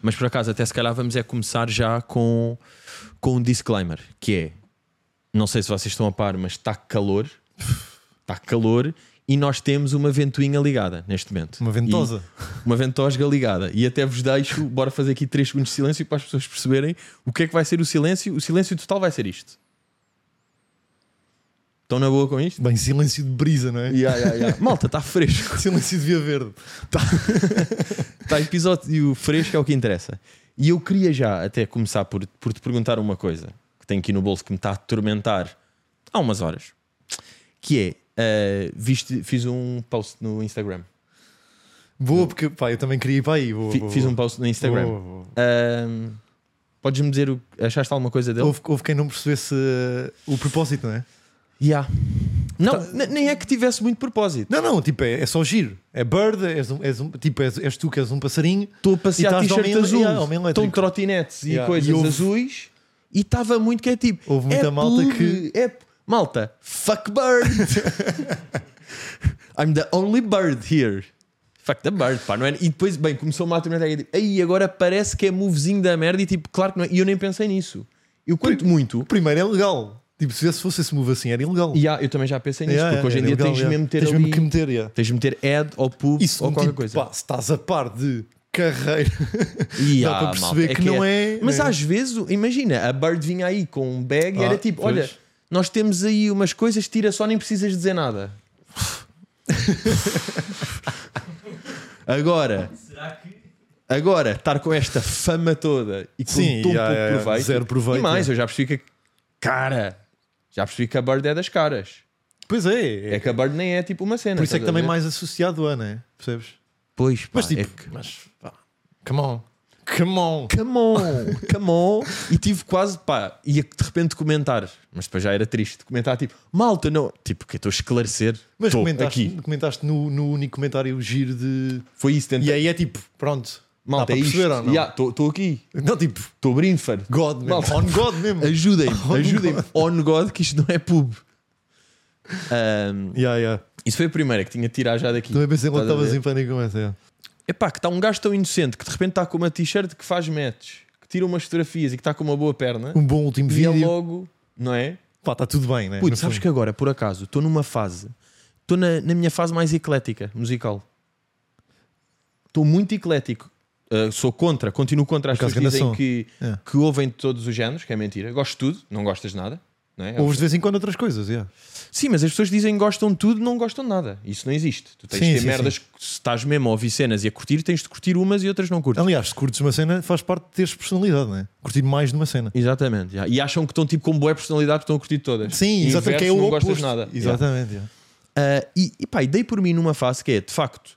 Mas por acaso, até se calhar vamos é começar já com, com um disclaimer, que é, não sei se vocês estão a par, mas está calor, está calor e nós temos uma ventoinha ligada neste momento. Uma ventosa. E- uma ventosga ligada. E até vos deixo, bora fazer aqui 3 segundos de silêncio para as pessoas perceberem o que é que vai ser o silêncio. O silêncio total vai ser isto. Estão na boa com isto? Bem, silêncio de brisa, não é? Malta, está fresco. Silêncio de via verde. Está Tá, episódio fresco, é o que interessa. E eu queria já até começar por, por te perguntar uma coisa que tenho aqui no bolso que me está a atormentar há umas horas. Que é, ah, viste, fiz um post no Instagram. Boa, porque pá, eu também queria ir para aí. Boa, Fi- boa, fiz boa. um post no Instagram. Boa, boa. Ahm, Podes-me dizer, o, achaste alguma coisa dele? Houve, houve quem não percebesse eh, o propósito, não é? Yeah. Não, ne- nem é que tivesse muito propósito. Não, não, tipo, é, é só giro. É bird, és, um, és um- tipo, és, és tu que és um passarinho. Estou a passear E estás de t-shirt homem- azul, yeah, homem elétrico. estão trotinetes Yeah. e coisas E houve- azuis e estava muito que é tipo. Houve muita é malta plebe, que- É, malta, fuck bird. I'm the only bird here. Fuck the bird, pá, não é? E depois, bem, começou-me a atormentar e é tipo, aí agora parece que é movezinho da merda e tipo, claro que não é. E eu nem pensei nisso. Eu quanto muito. O primeiro é legal. Tipo, se esse fosse esse move assim, era ilegal. E há- eu também já pensei nisso, Yeah, porque hoje em era dia ilegal, tens yeah. mesmo ter Tens ali- mesmo que meter, yeah. Tens de meter ad ou pub Isso, ou um qualquer tipo, coisa. pá, se estás a par de carreira, E dá há, para perceber malta, que não é- Mas não é. às vezes, imagina, a Bird vinha aí com um bag e Ah, era tipo: pois. olha, nós temos aí umas coisas, tira só, nem precisas dizer nada. agora, Será que. agora, estar com esta fama toda e com Sim, tão yeah, pouco yeah, proveito. zero proveito, é. E mais, yeah. eu já percebi que. a- Cara, já percebi que a Bird é das caras. pois é. É que a Bird nem é tipo uma cena. Por isso é que estás a também ver? mais associado a, não é? Percebes? Pois, pá, Mas tipo, é que- mas pá, come on, come on. come on, come on. E tive quase, pá, ia de repente comentar, mas depois já era triste. Comentar tipo, malta, não. Tipo, que eu estou a esclarecer. Mas Tô comentaste, aqui. comentaste no, no único comentário giro de. Foi isso, E tentei. aí é tipo, pronto, dá Malta, para é isto. perceber ou não? Yeah, Estou estou aqui. Não, tipo, Estou brinfer. God mesmo. Malta. É On God mesmo. Ajudem-me, On ajudem-me. On God, que isto não é pub. Ahm, yeah, yeah. isso foi a primeira que tinha de tirar já daqui. Também pensei quando Estás a estavas ver? em pânico com essa. yeah. Epá, que está um gajo tão inocente que de repente está com uma t-shirt que faz match, que tira umas fotografias e que está com uma boa perna. Um bom último e é vídeo. logo, não é? Pá, está tudo bem, né? Putz, No sabes fundo. que agora, por acaso, estou numa fase, estou na, na minha fase mais eclética, musical. Estou muito eclético. Uh, sou contra, continuo contra as Por pessoas acaso, que ganda dizem som. que, É. que ouvem todos os géneros, que é mentira. Gosto de tudo, não gostas de nada. Não é? Ouves de vez em quando outras coisas, yeah. Sim, mas as pessoas dizem que gostam de tudo, não gostam de nada. Isso não existe. Tu tens Sim, de ter sim, merdas que, se estás mesmo a ouvir cenas e a curtir, tens de curtir umas e outras não curtes. Aliás, se curtes uma cena, faz parte de teres personalidade, né? Curtir mais de uma cena. Exatamente. já. E acham que estão tipo com boa personalidade porque estão a curtir todas. Sim, E exatamente. Que é inverso, o não gostas de oposto. nada. Já. Exatamente, yeah. Uh, e, e pá, e dei por mim numa fase que é, de facto,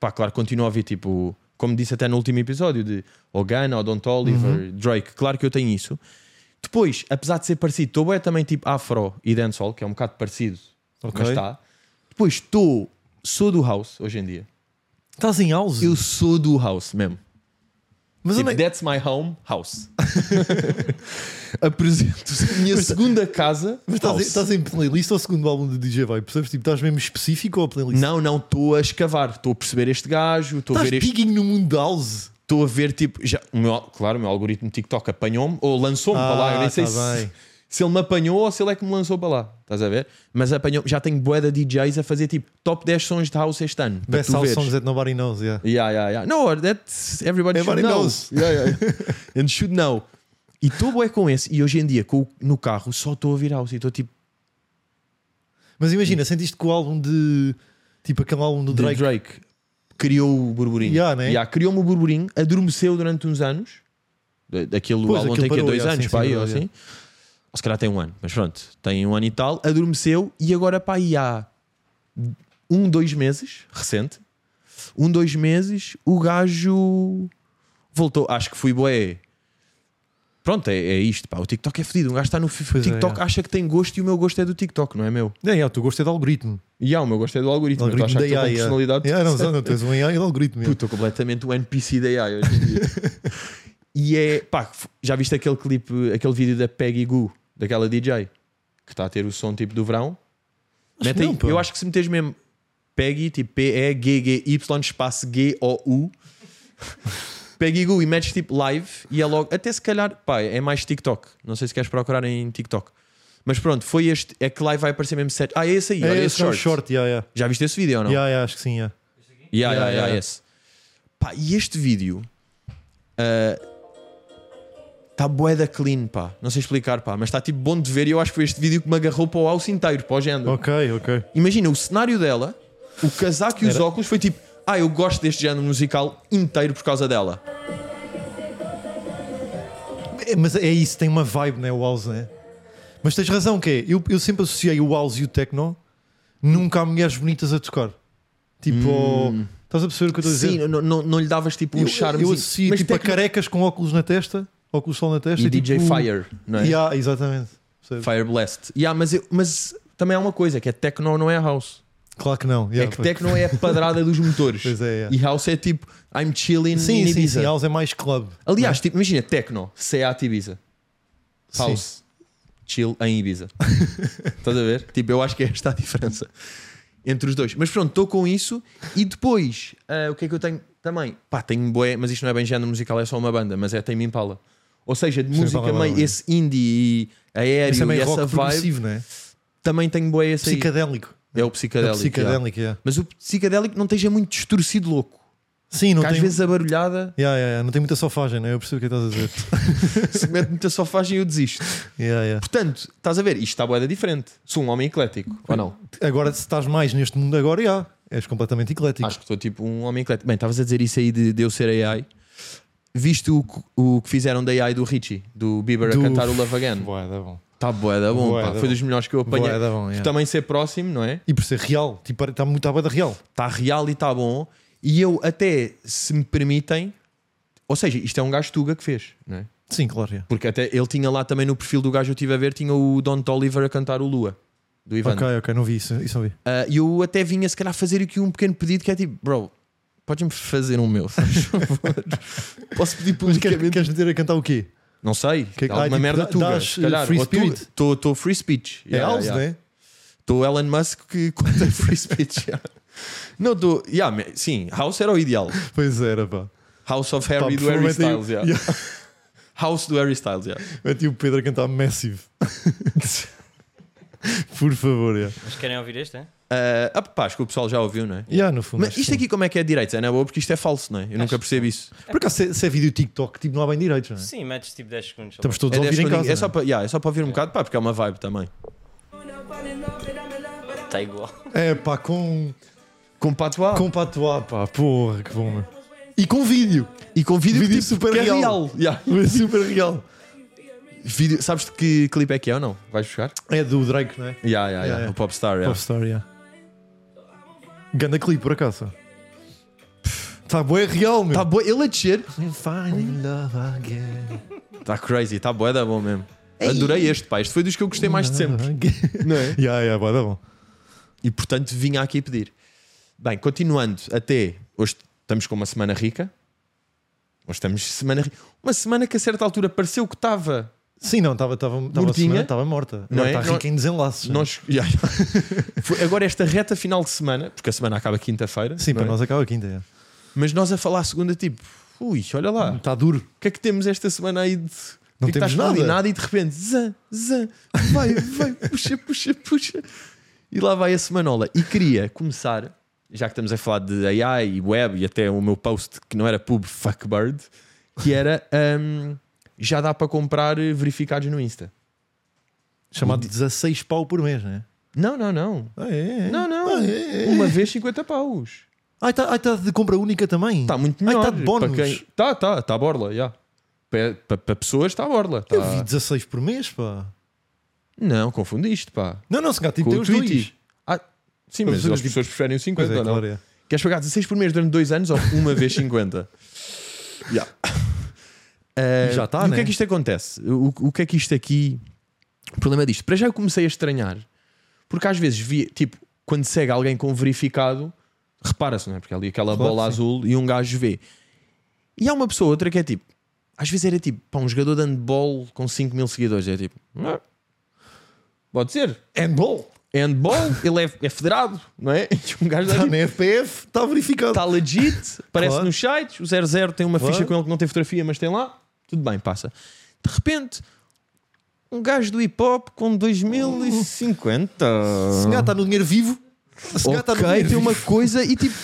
pá, claro, continuo a ouvir, tipo, como disse até no último episódio, de Ogana, Don Oliver, Uhum. Drake, claro que eu tenho isso. Depois, apesar de ser parecido, estou é também tipo afro e dancehall, que é um bocado parecido, Ok. mas está. Depois, estou, sou do house hoje em dia. Estás em house. Eu sou do house mesmo. Mas Tipo, onde é- that's my home, house. Apresento-vos a minha segunda casa. Mas estás, house. estás em playlist ou segundo álbum do DJ Vai? Percebes? Tipo, estás mesmo específico ou playlist? Não, não, estou a escavar, estou a perceber este gajo, estou a Estás ver este pigging no mundo da house? estou a ver tipo. Já, o meu, claro, o meu algoritmo TikTok apanhou-me ou lançou-me para lá. Eu nem Ah, sei tá se, bem. se ele me apanhou ou se ele é que me lançou para lá. Estás a ver? Mas apanhou-me. Já tenho boeda DJs a fazer tipo top 10 sons de house este ano. para Best tu house veres. songs that nobody knows, yeah. Yeah, yeah, yeah. No, that's everybody, should Everybody know. knows. Yeah, yeah, yeah. And should know. E estou é com esse. E hoje em dia, com o- no carro, só estou a ouvir house. E estou tipo. Mas imagina, sentiste que o álbum de. Tipo aquele álbum do de Drake. Drake. criou o burburinho. Yeah, né? criou-me o burburinho, adormeceu durante uns anos. Da- Daquilo Pois, álbum tem aquilo que é parou, dois yeah, anos, sim, pá, sim, aí, ou verdade, assim. Ou se calhar tem um ano, mas pronto, tem um ano e tal, adormeceu e agora, pá, aí há um, dois meses, recente, um, dois meses, o gajo voltou. Acho que fui boé. Pronto, é, é isto, pá. O TikTok é fedido. Um gajo está no fi- Pois é, TikTok, yeah. acha que tem gosto e o meu gosto é do TikTok, não é meu? É, yeah, o teu gosto é de algoritmo. E há, o meu gosto é do algoritmo. eu estou a algoritmo achar da que estou com AI. yeah. personalidade. Yeah, não, não, não, tens um AI de algoritmo. yeah. Puto, Estou completamente um NPC da AI hoje em dia. e é, pá, já viste aquele clipe, aquele vídeo da Peggy Goo, daquela DJ, que está a ter o som tipo do verão? Acho Mete que aí. não, pá. eu acho que se meteres mesmo Peggy, tipo P-E-G-G-Y, espaço G-O-U, Peggy Goo e metes tipo live e é logo. Até se calhar, pá, é mais TikTok. Não sei se queres procurar em TikTok. Mas pronto, foi este. É que live vai aparecer mesmo set. Ah, é esse aí, É, olha esse esse é um short. short, yeah, yeah. Já viste esse vídeo ou não? Yeah, yeah, acho que sim, yeah. Yeah, Yeah, yeah, yeah, yeah. esse. Pá, e este vídeo está tá bué da clean, pá. Não sei explicar, pá, mas está tipo bom de ver e eu acho que foi este vídeo que me agarrou para o house inteiro, para o género. Ok, ok. Imagina o cenário dela, o casaco e os Era- óculos foi tipo, ah, eu gosto deste género musical inteiro por causa dela. É, Mas é isso, tem uma vibe, né? O house, né? Mas tens razão, que é. Eu, eu sempre associei o house e o techno nunca há mulheres bonitas a tocar. Tipo, ao- estás a perceber o que eu estou a dizer? Sim, não, não, não lhe davas tipo um eu, charme. eu associo tipo, a carecas com óculos na testa, óculos de sol na testa e DJ tipo, Fire, não é? Yeah, exatamente. Percebes? Fire Blast. Yeah, mas, eu- mas também há uma coisa, que é techno não é house. Claro que não. É yeah, que pois. techno é a padrada dos motores. Pois é, yeah. E house é tipo, I'm chilling Sim, in sim, Ibiza. sim, house é mais club. Aliás, tipo, imagina, techno, Seat Ibiza. Sim. House, chill em Ibiza. Estás a ver? Tipo, eu acho que é esta a diferença entre os dois. Mas pronto, estou com isso. E depois, ah, o que é que eu tenho também? Pá, tenho boé, mas isto não é bem género musical, é só uma banda, mas é Tame Impala. Ou seja, de Sim, música Impala é meio, bem. esse indie e aéreo Isso é e meio essa rock vibe, progressivo, não é? também tenho boé esse aí. Psicadélico. É o É psicadélico. já. psicadélico, yeah. Mas o psicadélico não esteja muito distorcido louco. é. Sim, não Porque às tem... um- vezes a barulhada Yeah, yeah, yeah, não tem muita sofagem, né? Eu percebo o que estás a dizer. se mete muita sofagem e eu desisto. Yeah, yeah. Portanto, estás a ver, isto está boeda diferente. Sou um homem eclético, ou não? Agora, se estás mais neste mundo agora, já. És completamente eclético. Acho que estou tipo um homem eclético. Bem, estavas a dizer isso aí de, de eu ser AI. Viste o, que- o que fizeram da AI do Richie, do Bieber Do- a cantar o Love Again? Bué, dá bom. Está boeda bom, Bué pá. da Foi bom. dos melhores que eu apanhei. Bué da bom, Por yeah. Também ser próximo, não é? E por ser real, tipo, está muito à da real. Está real e está bom. E eu até, se me permitem... Ou seja, isto é um gajo tuga que fez, não é? Sim, claro. yeah. Porque até ele tinha lá também no perfil do gajo que eu estive a ver, tinha o Don Toliver a cantar o Lua, do Ivan. Ok, ok, não vi isso, isso não vi. Ah, E eu até vinha, se calhar, fazer aqui um pequeno pedido que é tipo, bro, podes-me fazer um meu, faz favor? Posso pedir Mas quer- publicamente? queres meter a cantar o quê? Não sei, Que- alguma ah, tipo, merda dá- tua, dás, se calhar. eh, free Ou tu. spirit? Tô- Tô free speech. É house, né? Estou Elon Musk que conta free speech. yeah. Não, estou. Yeah, me- sim, House era o ideal. Pois era, pá. House of Pá, Harry do Harry provavelmente eu- Styles. yeah. House do Harry Styles, yeah. Meti o Pedro a cantar Massive. Por favor, yeah. Mas querem ouvir este, é? Ah, ah, pá, acho que o pessoal já ouviu, não é? Yeah, no fundo, Mas acho isto que aqui como é que é direito? É na boa porque isto é falso, não é? Eu nunca percebo isso. sim. Por acaso, se, se é vídeo TikTok, tipo, não há bem direitos, não é? Sim, metes tipo 10 segundos. só Estamos para- todos É, a ouvir 10 em casa. é, só não para, yeah, é só para ouvir um bocado, pá, porque é uma vibe também. Está Tá igual. é? É, pá, com, Com patuá. com patuá, pá. Porra, que bom, meu. E com vídeo. E com vídeo, Vídeo tipo, super que é real. Yeah. Super real. Vídeo, sabes de que clipe é que é ou não? Vais buscar? É do Drake, não é? Yeah, yeah, yeah. yeah. O Popstar, yeah. Popstar, yeah. Ganda clipe, por acaso. Está boa, é real, meu. Tá boa, ele a descer. Finding love again. Tá crazy, tá boa, da bom mesmo. Adorei este, pá. Este foi dos que eu gostei mais de sempre. Não é? yeah, yeah, boa, dá bom. E portanto vinha aqui pedir. Bem, continuando até hoje estamos com uma semana rica. Hoje estamos semana rica. Uma semana que a certa altura pareceu que estava. Sim, não, estava estava Mortinha. estava morta. Não é? Está Não- rica em desenlaços. né? Nós... Já, já. Foi- Agora esta reta final de semana, porque a semana acaba quinta-feira. Sim, não para é? nós acaba né? a quinta. yeah. Mas nós a falar a segunda, tipo, ui, olha lá, o Está Tá duro. que é que temos esta semana aí de. Não o que é que temos estás ali? nada. nada e de repente, zã, zã, vai, vai, puxa, puxa, puxa. E lá vai a semanola. E queria começar, já que estamos a falar de AI e web e até o meu post que não era pub, fuckbird, que era hum, já dá para comprar verificados no Insta. Chamado 16 pau por mês, né? Não, não, não. Ah, é? Não, não. Ah, é, é. Uma vez 50 paus. Ah, está tá de compra única também? Está Tá muito Ah, melhor. está de bónus. Para quem... Tá, tá, tá a borla, já. Para, para- para pessoas está a borla. tá. Eu vi 16 por mês, pá. Não, confundiste, pá. Não, não, se calhar tipo, Com tem o os Twitty. dois. Ah, sim, Mas mas eu as digo- pessoas preferem o 50, Pois é, não? claro, é. Queres pagar 16 por mês durante dois anos ou uma vez 50? Ya. Eh, Já tá, e o que né? é que isto acontece? O, o que é que isto aqui. O problema é disto. Para já eu comecei a estranhar. Porque às vezes vi, tipo, quando segue alguém com um verificado, repara-se, não é? Porque há ali aquela Claro, bola sim. azul e um gajo vê. E há uma pessoa, outra que é tipo. Às vezes era tipo, pá, um jogador de handball com 5 mil seguidores. É tipo, "Ah, é? pode ser. Handball? handball, ele é, é federado, não é? Um gajo Está está na FPF, está verificado. tá legit, aparece Claro. nos sites, o 00 tem uma Claro. ficha com ele que não tem fotografia, mas tem lá, tudo bem, passa. De repente, um gajo do hip hop com 2050. Se calhar está no dinheiro vivo. Se calhar está tá no ok, dinheiro tem uma vivo. coisa e tipo,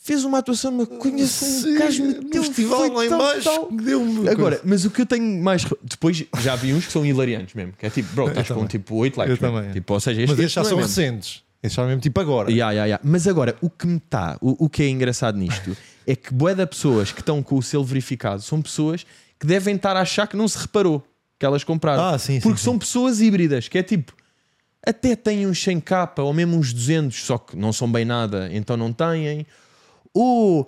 fez uma atuação, eu conheço um Sim, gajo no meteu festival foi lá tal, embaixo. tal. que Deu-me. Agora, mas o que eu tenho mais. re- Depois já vi uns que são hilariantes mesmo. Que é tipo, bro, estás com também. tipo 8 likes. Eu mesmo. também. Tipo, ou seja, este, mas estes este já não é são mesmo. recentes. Estes já é mesmo tipo agora. Ya, ya, ya. Mas agora, o que me está, o, o que é engraçado nisto é que bué da pessoas que estão com o selo verificado são pessoas que devem estar a achar que não se reparou que elas compraram. Ah, sim, sim, Porque sim. são pessoas híbridas, que é tipo, até têm uns 100 k ou mesmo uns 200, só que não são bem nada, então não têm. Ou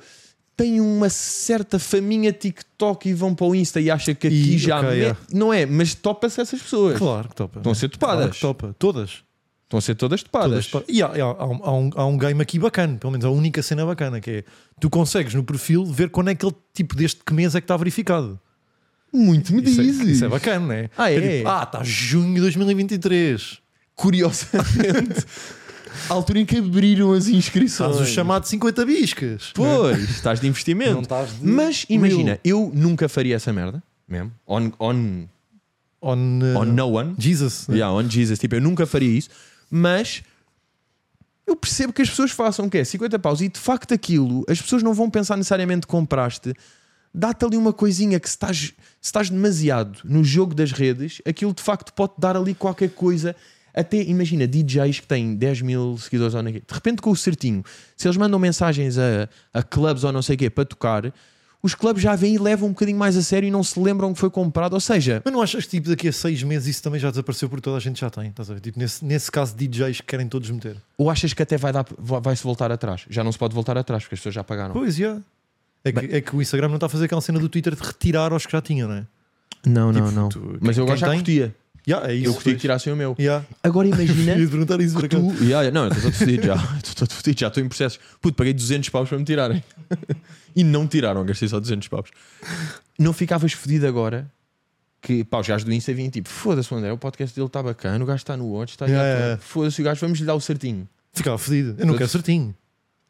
têm uma certa faminha TikTok e vão para o Insta e acham que aqui E- já ok, me- é. não é, mas topa-se essas pessoas. Claro que topa. é- Estão a ser topadas. Claro que topa. Todas. Estão a ser todas topadas. Todas topa- E há, e há- há um- há um, há um game aqui bacana, pelo menos a única cena bacana, que é tu consegues no perfil ver quando é que ele tipo deste que mês é que está verificado. Muito me Isso é, dizes. isso é bacana, não é? Ah, é? tipo, ah, está junho de 2023. curiosamente, a altura em que abriram as inscrições. Estás o chamado 50 biscas. Pois, estás de investimento. é? Não estás de Mas imagina, eu nunca faria essa merda, mesmo. On, on, On, uh, on no one. Jesus. né? Oh, Yeah, on Jesus. Tipo, eu nunca faria isso. Mas eu percebo que as pessoas façam o que é 50 paus e de facto aquilo, as pessoas não vão pensar necessariamente que compraste. Dá-te ali uma coisinha que se estás, se estás demasiado no jogo das redes, aquilo de facto pode dar ali qualquer coisa. Até imagina DJs que têm 10 mil seguidores ou não sei o quê. de repente com o certinho, se eles mandam mensagens a, a clubes ou não sei o quê para tocar, os clubes já vêm e levam um bocadinho mais a sério e não se lembram que foi comprado. Ou seja, Mas não achas que tipo, daqui a seis meses isso também já desapareceu porque toda a gente já tem? Estás a ver? Tipo, nesse, nesse caso, DJs que querem todos meter. Ou achas que até vai dar, vai se voltar atrás? Já não se pode voltar atrás porque as pessoas já pagaram. Pois, já. É, que, é que o Instagram não está a fazer aquela cena do Twitter de retirar aos que já tinham, não é? Não, Tipo, não, não. tu- Mas eu quem agora já tem? curtia. Yeah, é isso. eu curtia que pois. tirassem o meu. Yeah. Agora imagina Queria perguntar isso que por tu. acaso. Ya, ya, Não, eu estou todo fodido já. Estou todo fodido já. Estou em processos. Puto, paguei 200 paus para me tirarem. e não me tiraram, gastei só 200 paus. Não ficavas fodido agora que pá, os gajos do Insta vinham tipo: foda-se, o André, o podcast dele está bacana, o gajo está no Watch, está aí. à Yeah, toa. yeah. Foda-se, o gajo, vamos lhe dar o certinho. Ficava fodido. Eu não Todos- quero certinho.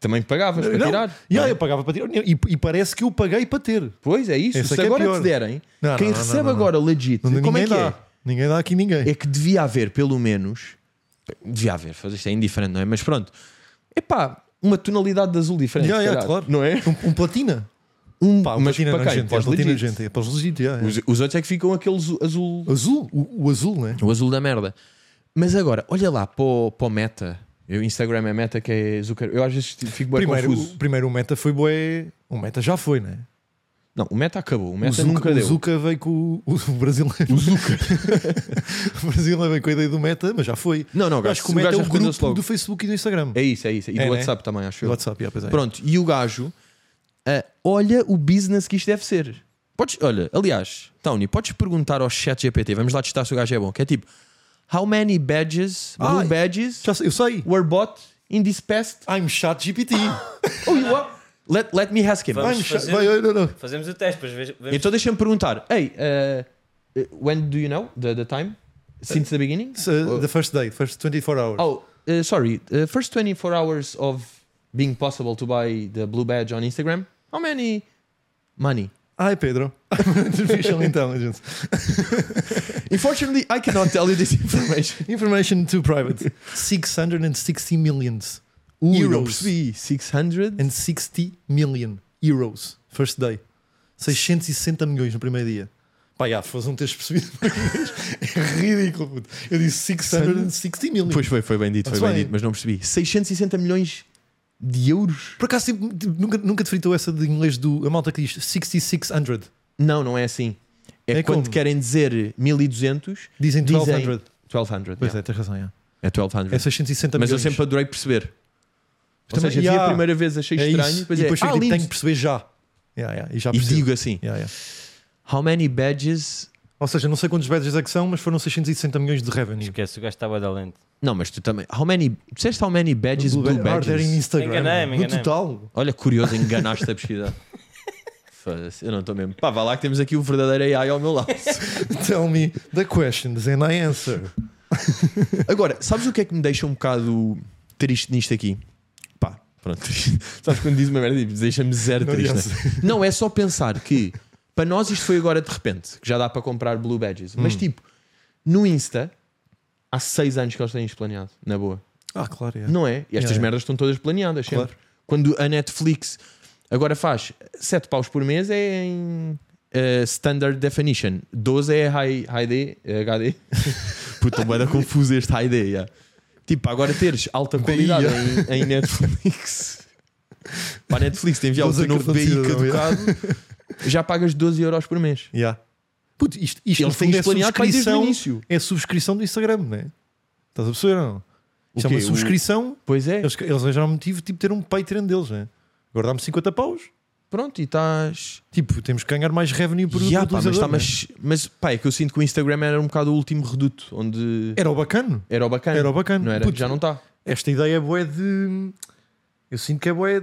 Também pagavas para Não. tirar. Yeah, não é? eu pagava para tirar. E, e parece que eu paguei para ter. Pois é isso. Esse Se é que é agora pior. te derem, Não, quem não, não, recebe não, não. agora legit, Não, como é ninguém que dá. Ninguém dá aqui ninguém. é? É que devia haver, pelo menos, devia haver, fazer isto é indiferente, não é? Mas pronto, epá, uma tonalidade de azul diferente. Yeah, se yeah, calhar, claro. Não é? Um, um platina. Um, Pá, um mas platina para não, quem? gente. Para É os platina, legit. gente. É para os legit, yeah, yeah. Os, os outros é que ficam aquele azu- azul, Azul. O, o azul, né? o azul da merda. Mas agora, olha lá para o, para o Meta. Eu, Instagram é Meta, que é Zucker. Eu às vezes fico bem Primeiro, confuso. o, primeiro o meta foi boé. O meta já foi, né? Não, o Meta acabou. O O Meta Zuka, nunca o deu. Zuka veio com o, o brasileiro. O Zuka. o brasileiro veio com a ideia do meta, mas já foi. Não, não, Eu gajo, acho que o o meta é gajo o arrependeu-se grupo logo. do Facebook e do Instagram. É isso, é isso. E É, do né? WhatsApp também, acho Do eu. WhatsApp, yeah, pois é. Pronto, e o gajo, ah, olha o business que isto deve ser. Podes, olha, aliás, Tony, podes perguntar ao chat GPT, vamos lá testar se o gajo é bom, que é tipo, how many badges, blue Ah, badges, Já sei, eu sei. were bought in this past? I'm chat GPT. Oh, you are? Let, let me ask him. Vamos. I'm chat. fazer- Vai, olha, não. Fazemos o teste, depois ve- vemos. Então deixa-me perguntar, hey, ah, when do you know the, the time? Since the beginning? So, uh, The first day, first 24 hours. Oh, uh, sorry. Uh, first 24 hours of being possible to buy the blue badge on Instagram. How many money? Ai, Pedro. Artificial intelligence. Unfortunately, I cannot tell you this information. Information to private. 660 millions. não Euros. percebi. 600? And 60 million euros. First day. 660 milhões no primeiro dia. Pá, já, se fosse não teres percebido. é ridículo, puto. Eu disse 660 million. Pois foi, foi bem dito, foi Está bem bem. dito, mas não percebi. 660 milhões de euros? Por acaso, tipo, tipo, nunca, nunca te fritou essa de inglês do. A malta que diz 6600. Não, não é assim. É, É quando como? querem dizer 1200, Dizem Dizem. 1200. 1200. Pois yeah. é, tens razão, já. É 1200. É 660 mas eu milhões. sempre adorei perceber. Ou Também- seja, vi yeah. a primeira vez, achei é estranho, isso. depois e é, depois ah, chego e lindo. tenho que perceber já. Yeah, yeah, e já E percebo. digo assim, Yeah, yeah. how many badges Ou seja, não sei quantos badges é que são, mas foram 660 milhões de revenue. Esquece, o gajo estava da lente. Não, mas tu também. How many. Disseste how many badges, blue, Are there in badges? Instagram? Enganei-me, no enganei-me. total. Olha, curioso, enganaste a pesquisa. Foda-se, eu não estou mesmo. Pá, vá lá que temos aqui o verdadeiro AI ao meu lado. Tell me the questions and I answer. Agora, sabes o que é que me deixa um bocado triste nisto aqui? Pá, pronto. sabes quando diz uma merda, tipo, deixa-me zero Não triste. adianta. né? Não, é só pensar que para nós isto foi agora de repente, que já dá para comprar Blue Badges. Mas Hum. tipo, no Insta, há seis anos que eles têm isto planeado, na boa. Ah, claro, é. Não é? E estas Yeah. merdas estão todas planeadas Claro. sempre. Quando a Netflix agora faz 7 paus por mês é em eh, Standard Definition, 12 é high, high D, eh, HD. Puta, boeda confuso este high D. yeah. Tipo, agora teres alta qualidade em, em Netflix. Para a Netflix, te enviar o 12 teu novo cartão de BI cidadão, caducado, já pagas 12 euros por mês. Yeah. Puto, isto, isto no Eles têm fundo, é isto planeado para desde o subscrição, início. é subscrição do Instagram, não é? Estás a perceber ou não? O Isto é uma quê? O- subscrição. Pois é, Eles, eles arranjaram um motivo tipo ter um Patreon deles, né? Agora dá-me 50 paus. pronto, e estás. Tipo, temos que ganhar mais revenue por Ya, por pá, mas, utilizador, tá, né? mas, mas pá, é que eu sinto que o Instagram era um bocado o último reduto, onde Era o bacano. era o bacana. Era o bacano. Não era? Puto, Já não tá. está. Esta ideia é boé de. Eu sinto que é boé.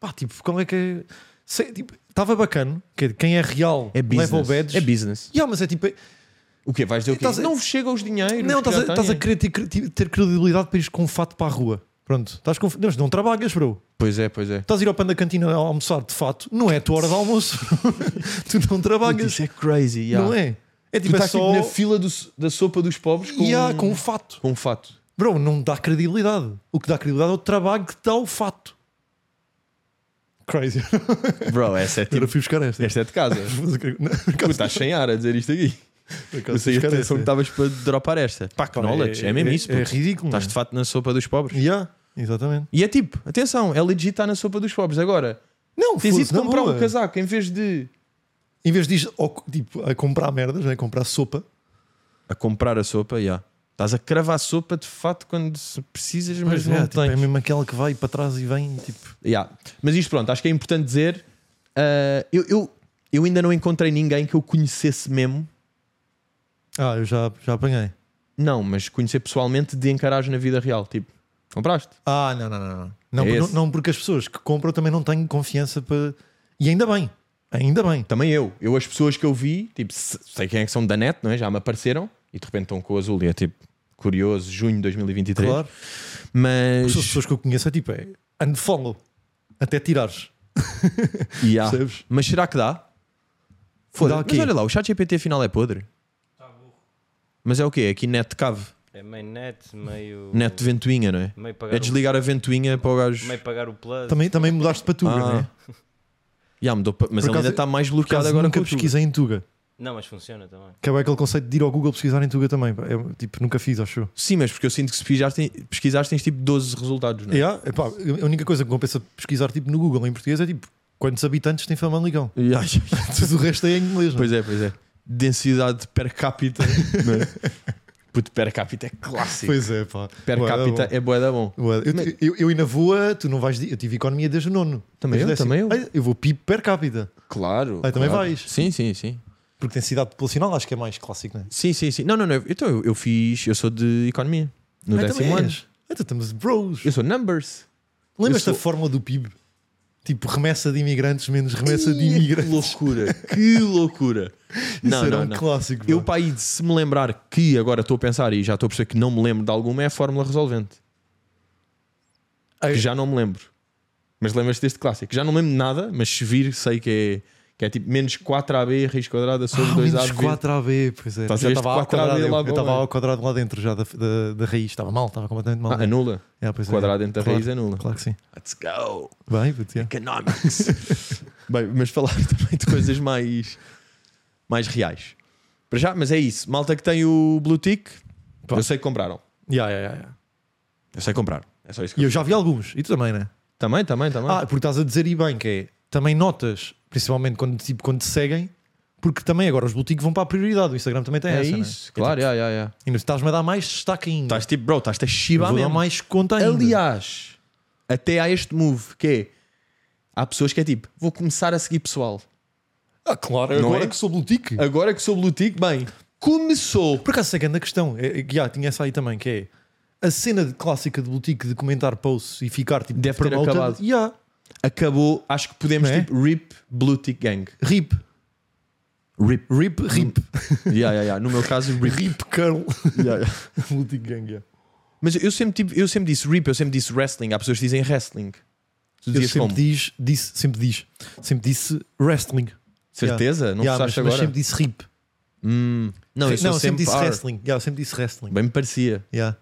Pá, tipo, como é que é. Sei, tipo, estava bacano. Que é de quem é real É business. leva o badge. É business. Yeah, mas é tipo. O quê? Vais dizer o quê? Estás a- Não vos chega os dinheiros. Não, que estás já a, estás a têm. querer ter, cre- ter credibilidade para ir com um fato para a rua. Pronto, estás com. Não, mas não trabalhas, bro. Pois é, pois é. Estás a ir ao pão da cantina a almoçar, de fato, não é a tua hora de almoço. tu não trabalhas. Isso é crazy. Não é? É Tu tipo, é estás só. tipo, na fila do s- da sopa dos pobres com, Yeah, com com... um fato. um fato. Bro, não dá credibilidade. O que dá credibilidade é o trabalho que dá o fato. Crazy. Bro, essa é Agora tipo. fui buscar esta. Esta é de casa. Não, Tu estás sem ar a dizer isto aqui. por acaso Eu sei a fui buscar atenção que esta. estavas para dropar esta. Pá, que Pá, knowledge. É né? mesmo isso. É, puto. ridículo. Estás de mano. fato na sopa dos pobres. Yeah, exatamente. E é tipo, atenção, é legit está na sopa dos pobres. Agora, Não, tens foda-se, ido na comprar boa. um casaco em vez de. Em vez de ir ao- tipo, a comprar merdas, né? comprar sopa, A comprar a sopa, já. Estás a cravar sopa de fato quando se precisas, mas Pois não é, tipo, tens. é mesmo aquela que vai para trás e vem, tipo. Yeah. Mas isto pronto, acho que é importante dizer. ah, eu, eu, eu ainda não encontrei ninguém que eu conhecesse mesmo. Ah, eu já, já apanhei. Não, mas conhecer pessoalmente de encaragem na vida real. Tipo, compraste? Ah, não, não, não. Não, não, É por- não, esse. não, porque as pessoas que compram também não têm confiança para. E ainda bem, ainda bem. Também eu. Eu, as pessoas que eu vi, tipo, se- sei quem é que são da net, não é? Já me apareceram e de repente estão com o azul e é tipo, curioso, junho de 2023. Claro. As Mas. pessoas que eu conheço é tipo, é unfollow. Até tirares. Yeah. Percebes? Mas será que dá? Dá Foda-se. quê? Ah. Mas olha lá, o chat GPT afinal é podre. Tá Mas é o quê? É aqui net cave, É meio net, meio. net ventoinha, não é? Meio pagar, É desligar a ventoinha para o o, gajo. meio pagar o plus. Também, também mudaste para Tuga, Ah. não é? Ya, mudou pa- Mas Por ele ainda acaso- está mais Porque bloqueado agora nunca com o Tuga. pesquisei em Tuga. Não, mas funciona também. Que é aquele conceito de ir ao Google pesquisar em Tuga também. pá. Eu, tipo, nunca fiz, acho eu. Sim, mas porque eu sinto que se pesquisares, tem- pesquisares tens tipo 12 resultados, não é? Yeah, epá, a única coisa que compensa pesquisar tipo, no Google em português é tipo quantos habitantes tem Famalicão. Ya, ya, ya. Tudo o resto é em inglês. não é? Pois é, pois é. Densidade per capita. não é? Puto, per capita é clássico. Pois é, pá. per Ué, capita é boeda bom. Ué, Eu, Mas- eu, eu ainda vou a. Tu não vais. de- Eu tive economia desde o nono. Também Desde eu, o décimo. também eu. Ai, eu vou PIB per capita. Claro. Ah, também claro. vais. Sim, sim, sim. Porque tem cidade populacional, acho que é mais clássico, não é? Sim, sim, sim. Não, não, não. Então eu, eu fiz. Eu sou de economia. No Ah, décimo também ano. és. Então estamos bros. Eu sou numbers. Lembras-te eu da sou- fórmula do PIB? Tipo remessa de imigrantes menos remessa de Ih, Que imigrantes. loucura. Que loucura. Isso não, era não, um não. clássico. Eu, pá. para aí, de se me lembrar que agora estou a pensar e já estou a perceber que não me lembro de alguma, é a fórmula resolvente. Ai. Que já não me lembro. Mas lembras-te deste clássico? Já não me lembro de nada, mas se vir, sei que é, que é tipo menos 4AB raiz quadrada sobre Ah, 2AB. menos 4 AB, pois é. Estás a Eu ver este estava 4 ao AB quadrado, eu lá eu bom, estava é. ao quadrado lá dentro já da, da, da raiz. Estava mal, estava completamente mal. Ah, anula. É, pois é. Quadrado dentro da Claro, raiz anula. Claro que sim. Let's go. Bem, puto, yeah. Economics. Bem, mas falar também de coisas mais, mais reais. Para já, mas é isso. Malta que tem o Blue Tick, Pá. eu sei que compraram. Yeah, yeah, yeah, yeah. Eu sei que compraram. É só isso que E eu... eu já vi alguns. E tu também, né? Também, também, também. Ah, porque estás a dizer e bem que é. Também notas, principalmente quando, tipo, quando te seguem, porque também agora os boutiques vão para a prioridade. O Instagram também tem é essa. né? isso, claro, É é, é, é. tipo, ainda estás-me a dar mais destaque ainda. Estás tipo, bro, estás-te a Eu chibar vou dar mesmo. mais conta ainda. Aliás, até há este move que é. Há pessoas que é tipo, vou começar a seguir pessoal. ah, claro, Não agora é? que sou boutique. Agora que sou Blue Tick, bem, começou. Por acaso, segunda questão, é, é, que, ah, tinha essa aí também, que é a cena de- clássica de boutique de comentar posts e ficar tipo. Deve ter promoted, acabado. Yeah, Acabou, acho que podemos Não é? tipo, rip Blue Tick Gang. rip. Rip. Rip, Rip. Yeah, yeah, yeah. No meu caso, rip. Rip Curl. Yeah, yeah. Multi Gang, yeah. Mas eu sempre, tive- eu sempre disse rip, eu sempre disse wrestling. Há pessoas que dizem wrestling. Tu Eu dizias sempre como? diz, disse, sempre diz, sempre disse wrestling. Certeza? Não Yeah, mas, pensaste mas agora? sempre disse Rip. Hum, não, eu não, sou eu sempre sempre, disse R. wrestling. Yeah, eu sempre disse wrestling. Bem me parecia. Yeah.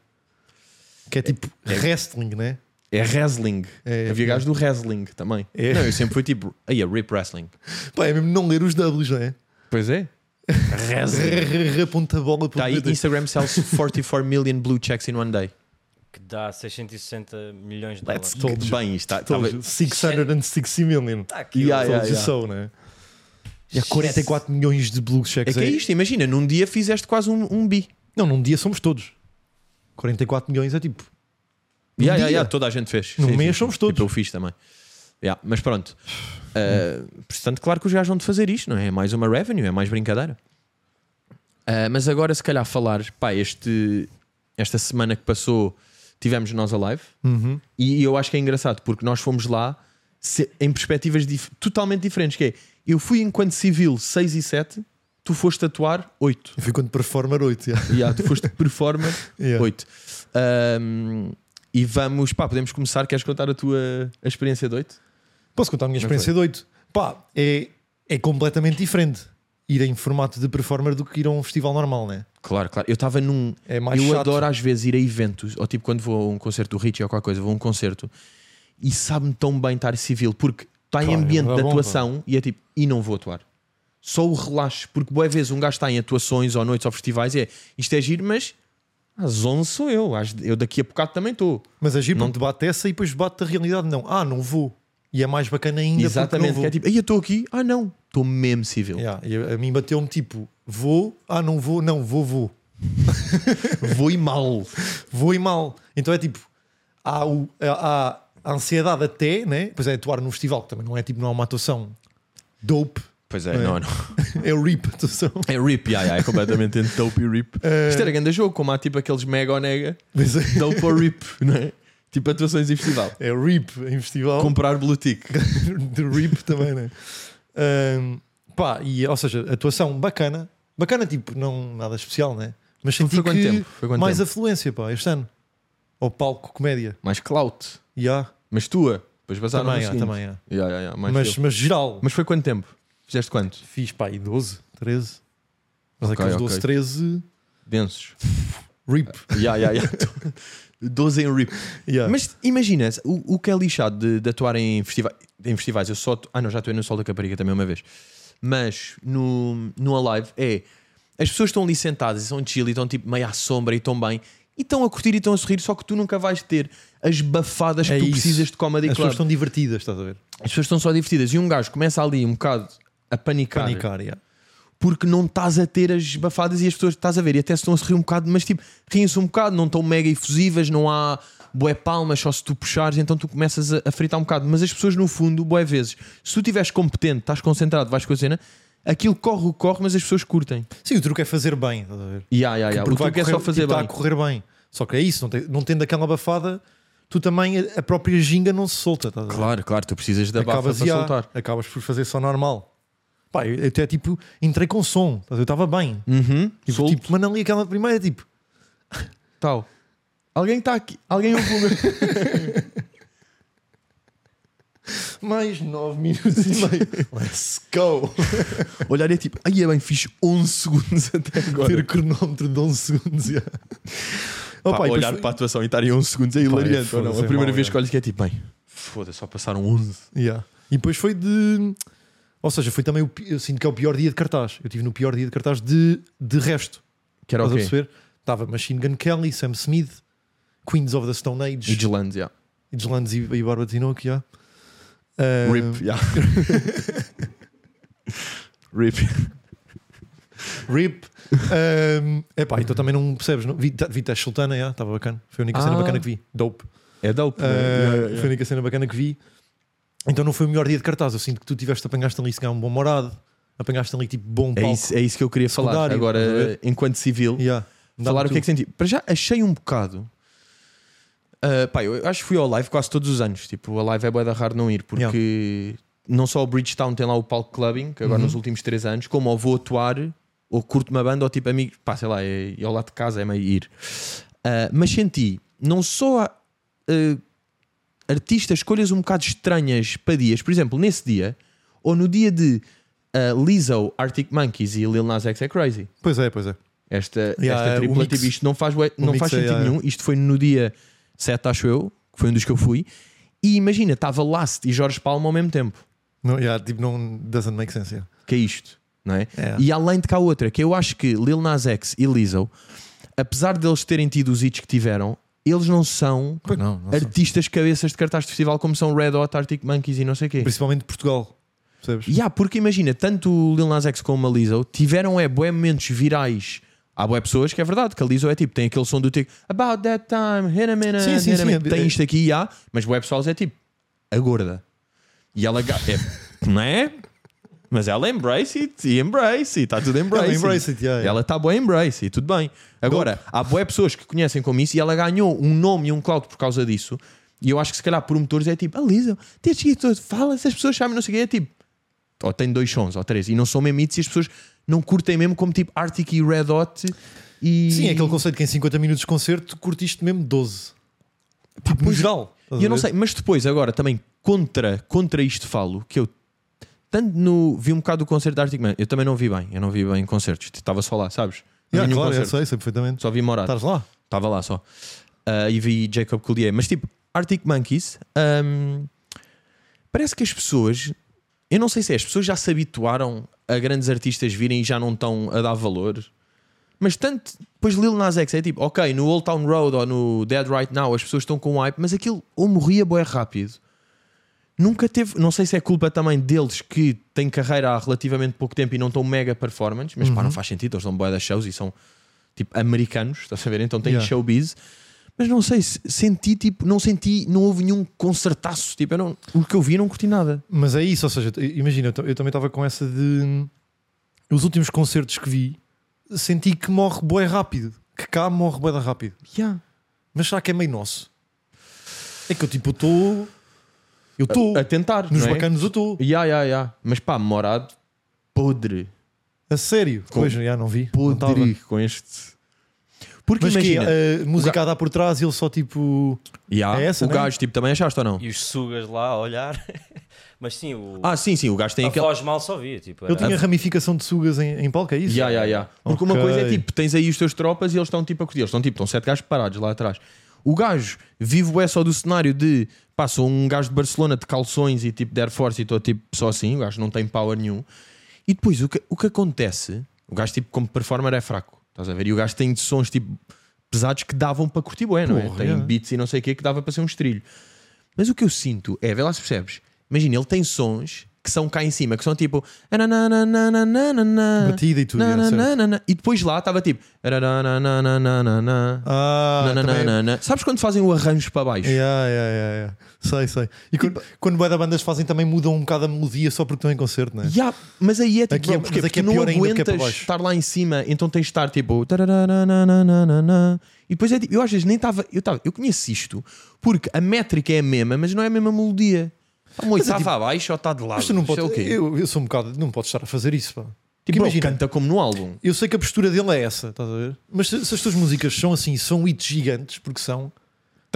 Que é tipo é- wrestling, né? É wrestling. É, Havia gajos do wrestling também. É. Não, eu sempre fui tipo, aí é rip wrestling. Pá, é mesmo não ler os W's, não é? Pois é. wrestling. Aponta a bola Tá aí, PT. Instagram sells 44 million blue checks in one day. Que dá 660 milhões de Let's dólares. go. Told you. Bem, isto está. Told you. 660 million. Tá aqui, Yeah, ó. yeah. Told you so, né? E há Shit. 44 milhões de blue É checks. que é isto, imagina, num dia fizeste quase um, um bi. Não, num dia somos todos. 44 milhões é tipo. Num Yeah, yeah, dia? yeah, toda a gente fez. Num Sim, mês sim. somos todos. Tipo, eu fiz também. Yeah, mas pronto. Uh, portanto, claro que os gajos vão de fazer isto, não é? É mais uma revenue, é mais brincadeira. Uh, mas agora, se calhar, falar, pá, este, esta semana que passou, tivemos nós a live Uhum. e eu acho que é engraçado porque nós fomos lá se- em perspectivas dif- totalmente diferentes. Que é, eu fui enquanto civil 6 e 7, tu foste atuar 8. Eu fui quando performer 8. Yeah. Yeah, tu foste performer Yeah. 8. e vamos, pá, podemos começar. Queres contar a tua a experiência de 8? Posso contar a minha Não experiência de 8? Pá, é, é completamente diferente ir em formato de performer do que ir a um festival normal, né? Claro, claro. Eu estava num. É mais eu chato. adoro às vezes ir a eventos, ou tipo quando vou a um concerto do Richie ou qualquer coisa, vou a um concerto e sabe-me tão bem estar civil, porque está em Claro, ambiente é de bom, atuação e é tipo, e não vou atuar. Só o relaxo, porque boa vez um gajo está em atuações ou noites ou festivais e é isto é giro, mas às 11 sou eu, às, eu daqui a bocado também estou. Mas agir porque debate essa e depois debate a realidade. Não, ah, não vou. E é mais bacana ainda Exatamente, que porque é não vou. tipo, aí eu estou aqui, ah não, estou mesmo civil. Yeah, e a, a mim bateu-me tipo, vou, ah, não vou, não, vou, vou. Vou e mal. Vou e mal. Então é tipo, há, o, há há ansiedade até, né? Pois é, atuar num festival, que também não é tipo, não é uma atuação dope, Pois é, Não não, é? não. é o rip atuação. É rip, yeah, yeah, é completamente entre dope e rip. Eh. Isto era grande jogo, como há tipo aqueles mega ou nega. Mas é, Dão para o RIP, não é? Tipo atuações em festival. é o rip em festival. Comprar blue tick. de RIP também, né? Ahm, pá, e, ou seja, atuação bacana, bacana, tipo, não nada especial, né? Mas senti Foi quanto que tempo? Foi quanto mais tempo? afluência, pá, este ano ao palco comédia, Mais clout. e há Mas tua. Depois passaram também, no há, seguinte. também, há. Yeah, yeah, yeah, mais mas, teu. mas geral, mas foi quanto tempo? Fizeste quanto? fiz pá, e 12, 13, mas Ok, aqueles ok. 12, 13, Densos. RIP, Yeah, yeah, yeah. 12 em RIP. yeah. Mas imagina, o, o que é lixado de, de atuar em, festiva em festivais, eu só. atu- Ah, não, já atuei no Sol da Caparica também uma vez. Mas no, no Alive é. As pessoas estão ali sentadas e são chill e estão tipo meio à sombra e estão bem. E estão a curtir e estão a sorrir, só que tu nunca vais ter as bafadas É que tu isso. precisas de comedy as club. pessoas estão divertidas, estás a ver? As pessoas estão só divertidas e um gajo começa ali um bocado a panicar, Panicar, yeah. porque não estás a ter as bafadas e as pessoas estás a ver e até se estão a se rir um bocado, mas tipo, riem-se um bocado, não estão mega efusivas, não há boé palmas, só se tu puxares, então tu começas a, a fritar um bocado. Mas as pessoas, no fundo, boé vezes, se tu estiveres competente, estás concentrado, vais com a cena, aquilo corre o que corre, mas as pessoas curtem. Sim, o truque é fazer bem, estás a ver? E yeah, yeah, yeah. o Porque vai truque é só correr- fazer tipo, bem. Está a correr bem. Só que é isso, não, te- não tendo aquela abafada, tu também a, a própria ginga não se solta. Estás a ver? Claro, claro, tu precisas da bafa acabas, para e há- soltar. acabas por fazer só normal. Pá, eu eu até tipo, entrei com som, estás a ver? eu estava bem. Uhum, Tipo, solto, tipo, mas ali aquela primeira, tipo, tal. Alguém está aqui, alguém ouve o meu. mais 9 minutos e meio. Let's go! Olhar é tipo, aí é bem, fiz 11 segundos até agora. Ter o cronómetro de 11 segundos. já. Pá, Oh, pá, e depois olhar foi- para a atuação e estar em 11 segundos é Pá, hilariante. ou não? A foda-se, é primeira mau, vez é. que olhas que é tipo, bem, foda-se, só passaram 11. Yeah. E depois foi de. Ou seja, foi também o. pi- Eu sinto que é o pior dia de cartaz. Eu tive no pior dia de cartaz de, de resto. Que era o Estás a quê? perceber? Estava Machine Gun Kelly, Sam Smith, Queens of the Stone Age, Midlands, yeah. Edgelands e, e Barbara Tinoco, já. Ah, RIP, yeah. RIP. Rip. Ahm, epá, então também não percebes. Não? Vi, ta- vi Teste Sultana, já, estava bacana. Foi a única cena Ah. bacana que vi. Dope. É dope. Ah, Foi a única cena bacana que vi. Então não foi o melhor dia de cartaz. Eu sinto que tu tiveste, apanhaste ali, se calhar, um bom morado. Apanhaste ali, tipo, bom palco. É, isso, é isso que eu queria falar. Secundário, estás a Agora, ver? enquanto civil, Yeah. falar Dá-me o que é tu. que senti. Para já, achei um bocado. ah, pá, eu acho que fui ao live quase todos os anos. Tipo, a live é boa da raro não ir, porque não só o Bridgetown tem lá o palco clubbing, que agora nos últimos três anos, como ou vou atuar, ou curto uma banda, ou tipo amigo, pá, sei lá, é, é ao lado de casa, é meio ir. Ah, mas senti, não só ah, artistas, escolhas um bocado estranhas para dias, por exemplo, nesse dia, ou no dia de ah, Lizzo, Arctic Monkeys e Lil Nas X é crazy. Pois é, pois é. Esta, Yeah, esta é, o tripla, mix. tipo, isto não faz, bué- não mix faz é, sentido yeah, nenhum. Isto foi no dia 7, acho eu, que foi um dos que eu fui. E imagina, estava Last e Jorge Palma ao mesmo tempo. Não, yeah, tipo, não doesn't make sense. yeah. Que é isto, não é? É. E além de cá outra, que eu acho que Lil Nas X e Lizzo, apesar deles terem tido os hits que tiveram, eles não são Pois não, não sei. artistas cabeças de cartaz de festival como são Red Hot, Arctic Monkeys e não sei o quê. Principalmente Portugal. Percebes? E há, porque imagina, tanto o Lil Nas X como a Lizzo tiveram é bué momentos virais. Há bué pessoas que é verdade, que a Lizzo é tipo, tem aquele som do tipo About that time, hit a minute, Sim, sim, hit a sim, minute. é- tem isto aqui e há, mas bué pessoal é tipo, a gorda. E ela, ga- é, não é? Mas ela embrace it e embrace it, está tudo embrace, Ela embrace it, yeah, yeah. Ela está boa embrace e tudo bem. Agora, há boé pessoas que conhecem como isso e ela ganhou um nome e um clout por causa disso. E eu acho que se calhar promotores é tipo, a Lizzo, tens que ir, tu- fala se as pessoas sabem, não sei o que, é tipo, ou tem dois sons ou três e não são mesmo hits e as pessoas não curtem mesmo como tipo Arctic e Red Hot e Sim, é aquele conceito que em 50 minutos de concerto curtiste mesmo 12. Pá, Tipo, no pois- geral. estás E a eu não ver? sei, mas depois, agora também, contra, contra isto falo, que eu tanto no, vi um bocado do concerto da Arctic Man, eu também não vi bem, eu não vi bem concertos, estava só lá, sabes? Não vi Yeah, nenhum claro, é Tá. eu concerto, sei, sei perfeitamente. só vi Morato, Estás lá? estava lá só. Ah, e vi Jacob Collier, mas tipo, Arctic Monkeys, ahm, parece que as pessoas, eu não sei se é, as pessoas já se habituaram a grandes artistas virem e já não estão a dar valor. Mas tanto, depois Lil Nas X é tipo, ok, no Old Town Road ou no Dead Right Now as pessoas estão com um hype, mas aquilo ou morria boé rápido. Nunca teve, não sei se é culpa também deles que têm carreira há relativamente pouco tempo e não estão mega performance, mas pá, não faz sentido, eles dão boé das shows e são tipo americanos, estás a ver? Então têm Yeah. showbiz. Mas não sei, se- senti tipo, não senti, não houve nenhum concertaço, tipo, eu não, o que eu vi eu não curti nada. Mas é isso, ou seja, t- imagina, eu, t- eu também estava com essa de. hum, Os últimos concertos que vi, senti que morre bué rápido. Que cá morre bué da rápido. Yeah. Mas será que é meio nosso? É que eu tipo, eu estou. Eu estou. A tentar, Tipo, Nos não é? bacanos eu estou. Ya, ya, ya. Mas pá, morado podre. A sério. Com- Pois, já não vi. não tava. Podre com este. Porque Mas que imagina, a música ga- a dar por trás e ele só tipo. ya, é essa, o né? gajo tipo, também achaste ou não? E os sugas lá a olhar. Mas sim, o, Ah, sim, sim, o gajo tem a aquele. voz mal só via. Tipo, Ele era- tinha ramificação de sugas em, em palco, é isso? Ya, ya, ya. Porque uma Ok. coisa é tipo, tens aí os teus tropas e eles estão tipo a curtir. Eles estão tipo, estão sete gajos parados lá atrás. O gajo vivo é só do cenário de pá, sou um gajo de Barcelona de calções e tipo de Air Force e estou tipo só assim. O gajo não tem power nenhum. E depois o que, o que acontece, o gajo tipo como performer é fraco, estás a ver? E o gajo tem sons tipo pesados que davam para curtir bué, não é? Porra, Tem yeah. beats e não sei o que que dava para ser um estrilho. Mas o que eu sinto é, vê lá se percebes, imagina, ele tem sons que são cá em cima, que são tipo Batida e tudo, Na, yeah, na, certo. na, na, na. e depois lá estava tipo na, na, na, na, na, na, na, na, Ah, na, também- na, na, na. sabes quando fazem o arranjo para baixo? Yeah, yeah, yeah, yeah. Sei, sei. E quando, Tipo- quando bué da bandas fazem também mudam um bocado a melodia só porque estão em concerto, não é? Ya, mas aí é tipo, Aqui é- bro, porquê? mas aqui é Porque pior não ainda porque é para aguentas baixo. estar lá em cima, então tens de estar tipo. tarararararararará. E depois é tipo, eu às vezes nem estava. Eu, tava, eu conheço isto porque a métrica é a mesma, mas não é a mesma melodia. Está uma oitava abaixo ou está de lado. é tipo, Mas tu não Isto podes, é o quê? eu, eu sou um bocado, não podes estar a fazer isso, pá. tipo, Porque bro, imagina, canta como no álbum. eu sei que a postura dele é essa, estás a ver? Mas se, se as tuas músicas são assim, são hits gigantes, porque são, bro,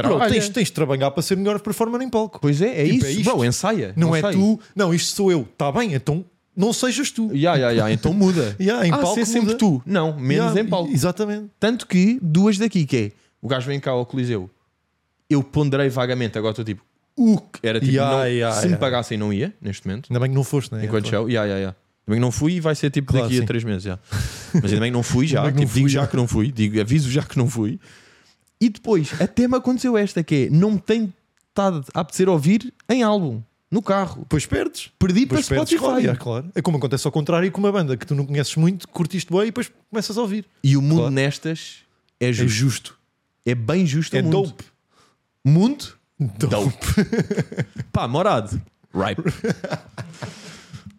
Trabalha. tens, tens de trabalhar para ser melhor performer em palco. Pois é, é Tipo, isso. é isto. bro, ensaia. não é sei. tu, não, isto sou eu, está bem, então não sejas tu. Ya, ya, ya, então muda. Ya, em ah, palco ser sempre muda. tu. Não, menos Yeah, em palco. Exatamente. Tanto que duas daqui, que é o gajo vem cá ao Coliseu. Eu ponderei vagamente, agora estou tipo, o que era tipo, Yeah, não- yeah, se me yeah. pagassem, não ia neste momento. Ainda bem que não foste, né? Enquanto show, yeah, yeah, yeah. Também não fui e vai ser tipo Claro, daqui sim. a três meses. yeah. Mas ainda bem que não fui já, Ainda bem que não tipo, digo fui, já yeah. que não fui, digo, aviso já que não fui. E depois, até me aconteceu esta que é, não me tem estado a apetecer ouvir em álbum, no carro. Depois perdes. Perdi para Depois perdes, Spotify. claro, yeah, claro. É como acontece ao contrário com uma banda que tu não conheces muito, curtiste bem e depois começas a ouvir. E o mundo Claro. nestas é justo. É, bem justo É o mundo. dope. Mundo Dope. Pá, morado. Ripe.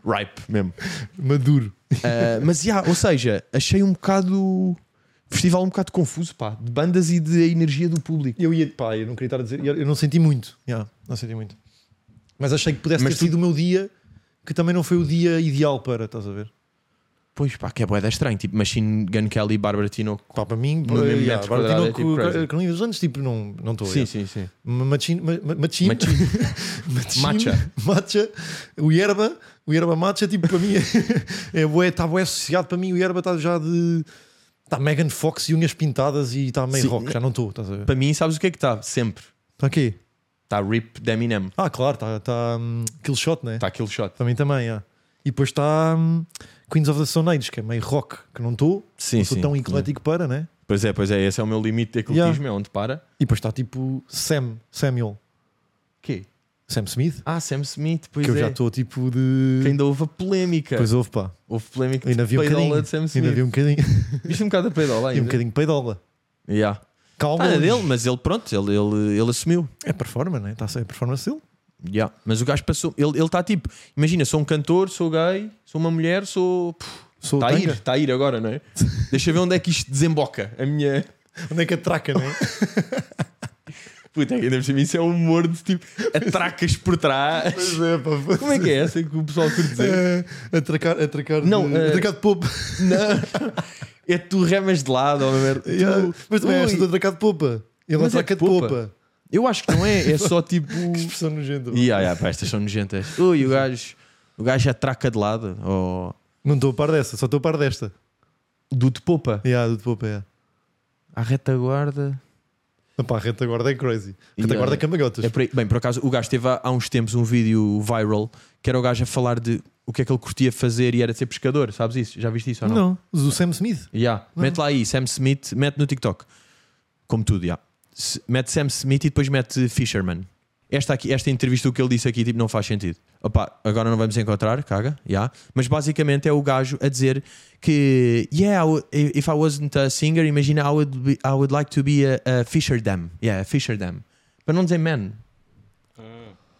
Ripe mesmo. Maduro. Ah, mas, já, ou seja, achei um bocado. Festival um bocado confuso, pá. De bandas e de energia do público. Eu ia, pá, eu não queria estar a dizer, eu não senti muito. Yeah, não senti muito. Mas achei que pudesse Mas ter tu- sido o meu dia, que também não foi o dia ideal para, estás a ver? Pois pá, que é boeda estranho. Tipo Machine Gun Kelly e Bárbara Tinoco. Pá, para mim, No mesmo eh, metro agora quadrado Tinoco, é tipo crazy. Car- Carolina dos Anjos, tipo, não não estou. Sim, yeah. sim, sim. Machin, ma- ma- machin, Machin. machin, Matcha. matcha, o yerba, o yerba matcha, tipo, para mim é bué, está bué associado, para mim o yerba está já de, está Megan Fox e unhas pintadas e está meio Sim. rock, já não estou, estás a ver? Para mim, sabes o que é que está? Sempre. Está aqui? Está Rip de Eminem. Ah, claro, está tá, hum, Kill Shot, né? Está aquele shot. Para mim também, ah. E depois está hum, Queens of the Stone Age, que é meio rock, que não estou, Sim, não sou tão eclético para, né? Pois é, pois é. Esse é o meu limite de ecletismo, é onde para. E depois está tipo Sam, Samuel, Quê? Sam Smith, Ah, Sam Smith, pois que eu é. já estou tipo de... Que ainda houve a polémica. Pois houve, pá. Houve polémica Ainda de vi um peidola bocadinho. de Sam Ainda Smith. vi um bocadinho. Viste um bocado a peidola E um ainda? bocadinho peidola. Yeah. Calma. Ah, é Luís. dele, mas ele, pronto, ele, ele, ele assumiu. É performance, né? Está a ser a performance dele. Yeah. Mas o gajo passou. Ele está tipo, imagina, sou um cantor, sou gay, sou uma mulher, sou. Sou Está a ir, tanga. está a ir agora, não é? Deixa eu ver onde é que isto desemboca. A minha. Onde é que atraca, né? Puta, ainda por cima, isso é um humor de tipo, atracas por trás. pois é, pá. Como é que é essa que o pessoal quer dizer? É, atracar, atracar. Não, de, eh, atracar de popa. Não. É tu remas de lado, ó, merda. Tu- Yeah. Mas também é esta de Ui. atracar de popa. Ele Mas é atraca de de popa. popa. Eu acho que não é, é só tipo. Que expressão nojenta. pá. yeah, yeah, pá, estas são nojentas. Ui, o gajo, o gajo atraca de lado. ó. Não estou a par dessa, só estou a par desta. Do de popa. Yeah, do de popa, é. À retaguarda. Pá, a retaguarda é crazy. Yeah. Retaguarda é camagotas. É por aí. Bem, por acaso, o gajo teve há, há uns tempos um vídeo viral que era o gajo a falar de o que é que ele curtia fazer e era de ser pescador. Sabes isso? Já viste isso ou não? não, do Sam Smith. Yeah. Não. Mete lá aí, Sam Smith, mete no TikTok. Como tudo, yeah. Se- mete Sam Smith e depois mete Fisherman. Esta, aqui, esta entrevista, o que ele disse aqui, tipo, não faz sentido. Opa, agora não vamos encontrar, caga, yeah. Mas basicamente é o gajo a dizer que, yeah, I would- if I wasn't a singer, imagina, I would, be- I would like to be a, a Fisherdam. Yeah, a Fisherdam. Para não dizer man.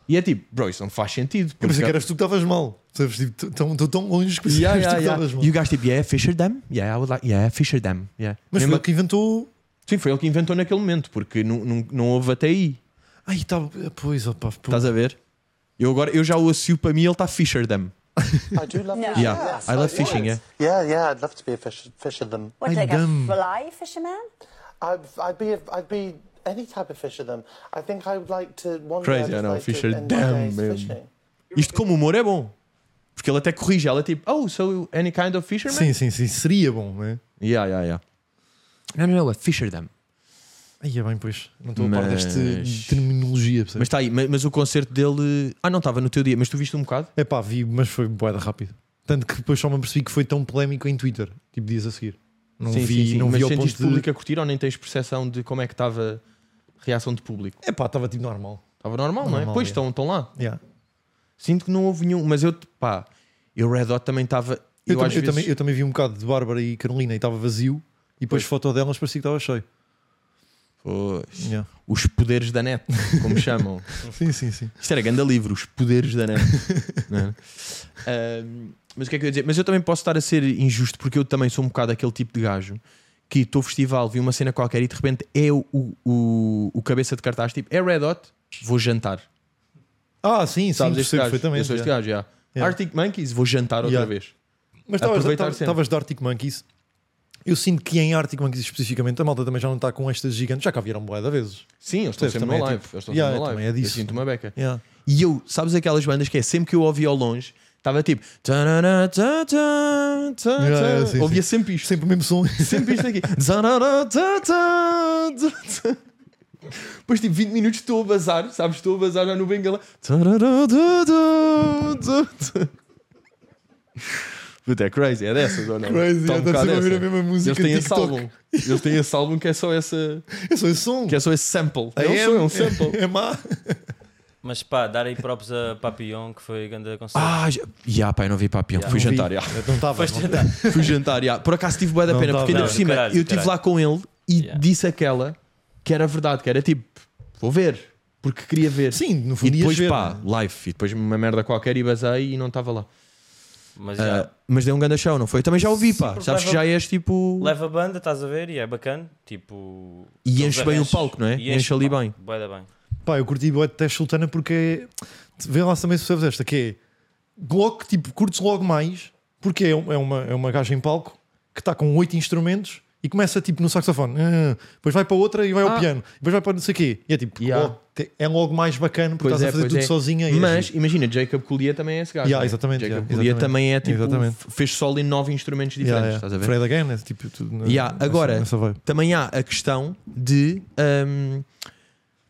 E é tipo, bro, isso não faz sentido. Ah. Eu pensei porque- que eras tu que estavas mal. Sabes, tipo, t- tão, tão, tão longe que pensei Yeah, que eras yeah, tu que yeah. estavas mal. E o gajo tipo, yeah, Fisherdam. Yeah, I would like, yeah, Fisherdam. Yeah. Mas foi Mesmo- ele que inventou. Sim, foi ele que inventou naquele momento, porque não, não, não houve até aí. Ai, tá, pois, opa, pô. Estás a ver? Eu, agora, eu já o associo para mim, ele está Fisherdam. I do love No. Ah, fishing. Yeah. I love fishing, yeah. Yeah, yeah, I'd love to be a fish, fisher them. What, I like dumb. a fly fisherman? I'd, I'd be, a, I'd be any type of fisher them. I think I would like to one day Crazy, I'd I know, like fisher to end them, my days man. fishing. Isto como humor é bom. Porque ele até corrige, ela é tipo, oh, so any kind of fisherman? Sim, sim, sim. Seria bom, não é? Yeah, yeah, yeah. Não, não, não, é Fisherdam. Aí é bem, pois. Não estou a par Mas- desta terminologia, Mas percebes? está aí, mas, mas o concerto dele. Ah, não, estava no teu dia, mas tu viste um bocado? É pá, vi, mas foi boeda rápido. Tanto que depois só me apercebi que foi tão polémico em Twitter, tipo dias a seguir. Não vi, não mas vi ao ponto sentiste de. público a curtir ou nem tens percepção de como é que estava a reação de público? É pá, estava tipo normal. Estava normal, não é? Normal, Pois é. estão, estão lá. Yeah. Sinto que não houve nenhum, mas eu, pá, eu Red Hot também estava. Eu, às também, eu, vezes- também, eu também vi um bocado de Bárbara e Carolina e estava vazio. E depois foto delas parecia que estava cheio. Pois. Yeah. Os poderes da net, como chamam. Sim, sim, sim. Isto era grande livro, os poderes da net. Não é? Ahm, mas o que é que eu ia dizer? Mas eu também posso estar a ser injusto porque eu também sou um bocado aquele tipo de gajo que estou ao festival, vi uma cena qualquer e de repente é o, o, o cabeça de cartaz, tipo, é Red Hot, vou jantar. Ah, sim, sim, Sabes, este percebo gajo? Eu perfeitamente. sou este yeah. gajo, já. Yeah. Arctic Monkeys, vou jantar outra Yeah. vez. Mas Aproveitar estavas- sempre. estavas de Arctic Monkeys. Eu sinto que em Arctic Monkeys especificamente a malta também já não está com estas gigantes, já cá vieram boeda vezes. Sim, eles estão Percebes? sempre Também no é live. tipo- Eles estão Yeah, sempre no também live. é disso. Eu sinto uma beca. Yeah. E eu, sabes aquelas bandas que é sempre que eu ouvi ao longe, estava tipo. "Tarará, tá, tá, tá, tá". Yeah, sim, Ouvia sempre isto. Sempre o mesmo som. Sempre isto aqui. "Tarará, tá, tá, tá, tá". Depois, tipo, 20 minutos estou a bazar, sabes? Estou a bazar já no Bengala. "Tarará, tá, tá, tá, tá". Puta, é crazy, é dessas ou não? Crazy, Tá um é, deve bocado ser ouvir dessa. a mesma música Eles têm de esse TikTok. álbum. Eles têm esse álbum que é só essa. É só esse som. Que é só esse sample. É, um é, som, é um sample. É, má. Mas pá, dar aí props a Papillon, que foi grande concerto. Ah, já yeah, pá, eu não vi papião. Fui Não vi. jantar, já. Não estava. Fui jantar, já. Por acaso tive boa da Não pena, dá, porque ainda não, por cima caralho, eu estive caralho. lá com ele e Yeah. disse aquela que era verdade, que era tipo, vou ver, porque queria ver. Sim, no E fundo ias depois, ver, pá, né? live. E depois uma merda qualquer e basei e não estava lá. Mas Ah, já. mas deu um grande show, não foi? Eu também já ouvi, pá. porque Sabes que leva- já és tipo. Leva a banda, estás a ver? E é bacana. Tipo. E eles enche bem o arranjam- palco, não é? e Enche ali pá, bem. bué da bem. Pá, eu curti o Teste Sultana porque é- vê lá também se percebes esta, que é logo, tipo, curtes logo mais, porque é, um- é uma, é uma gaja em palco que está com oito instrumentos e começa tipo no saxofone, ah, depois vai para outra e vai ao Ah. piano, depois vai para não sei o quê. E é tipo, Yeah. logo- te- é logo mais bacana porque estás a fazer tudo sozinha. e é Mas giro. imagina, Jacob Collier também é esse gajo. Yeah, não é? exatamente, Jacob yeah, Collier exatamente. também é tipo. Exatamente. f- Fez solo em nove instrumentos diferentes, Yeah, yeah. estás a ver? Fred again, é tipo tudo na- Yeah, nessa- agora- nessa vibe. Também há a questão de. hum,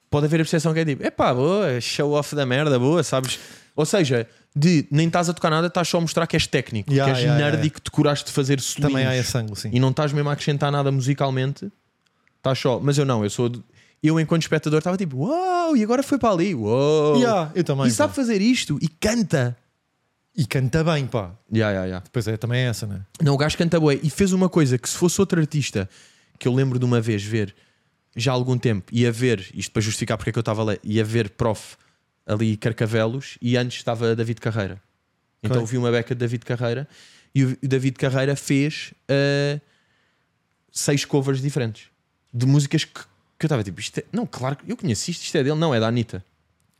pode haver a percepção que é tipo, epá, boa, show off da merda, boa, sabes? Ou seja, de nem estás a tocar nada, estás só a mostrar que és técnico, Yeah, que és yeah, nerd yeah. e que te curaste de fazer solinhos Também há esse ângulo, sim. e não estás mesmo a acrescentar nada musicalmente, estás só. Mas eu não, eu sou. de- Eu, enquanto espectador, estava tipo, uau, e agora foi para ali, uau. Yeah, eu também. e sabe fazer isto e canta. pá. E canta bem, pá. Yeah, yeah, yeah. Pois é, também é essa, né? Não, o gajo canta bué e fez uma coisa que se fosse outro artista que eu lembro de uma vez ver já há algum tempo, ia ver, isto para justificar porque é que eu estava lá, ia ver prof ali Carcavelos e antes estava David Carreira. Então Ok. vi uma beca de David Carreira e o David Carreira fez ah, seis covers diferentes de músicas que, que eu estava tipo, isto é- não, claro, que eu conheci isto, isto é dele, não, é da Anitta.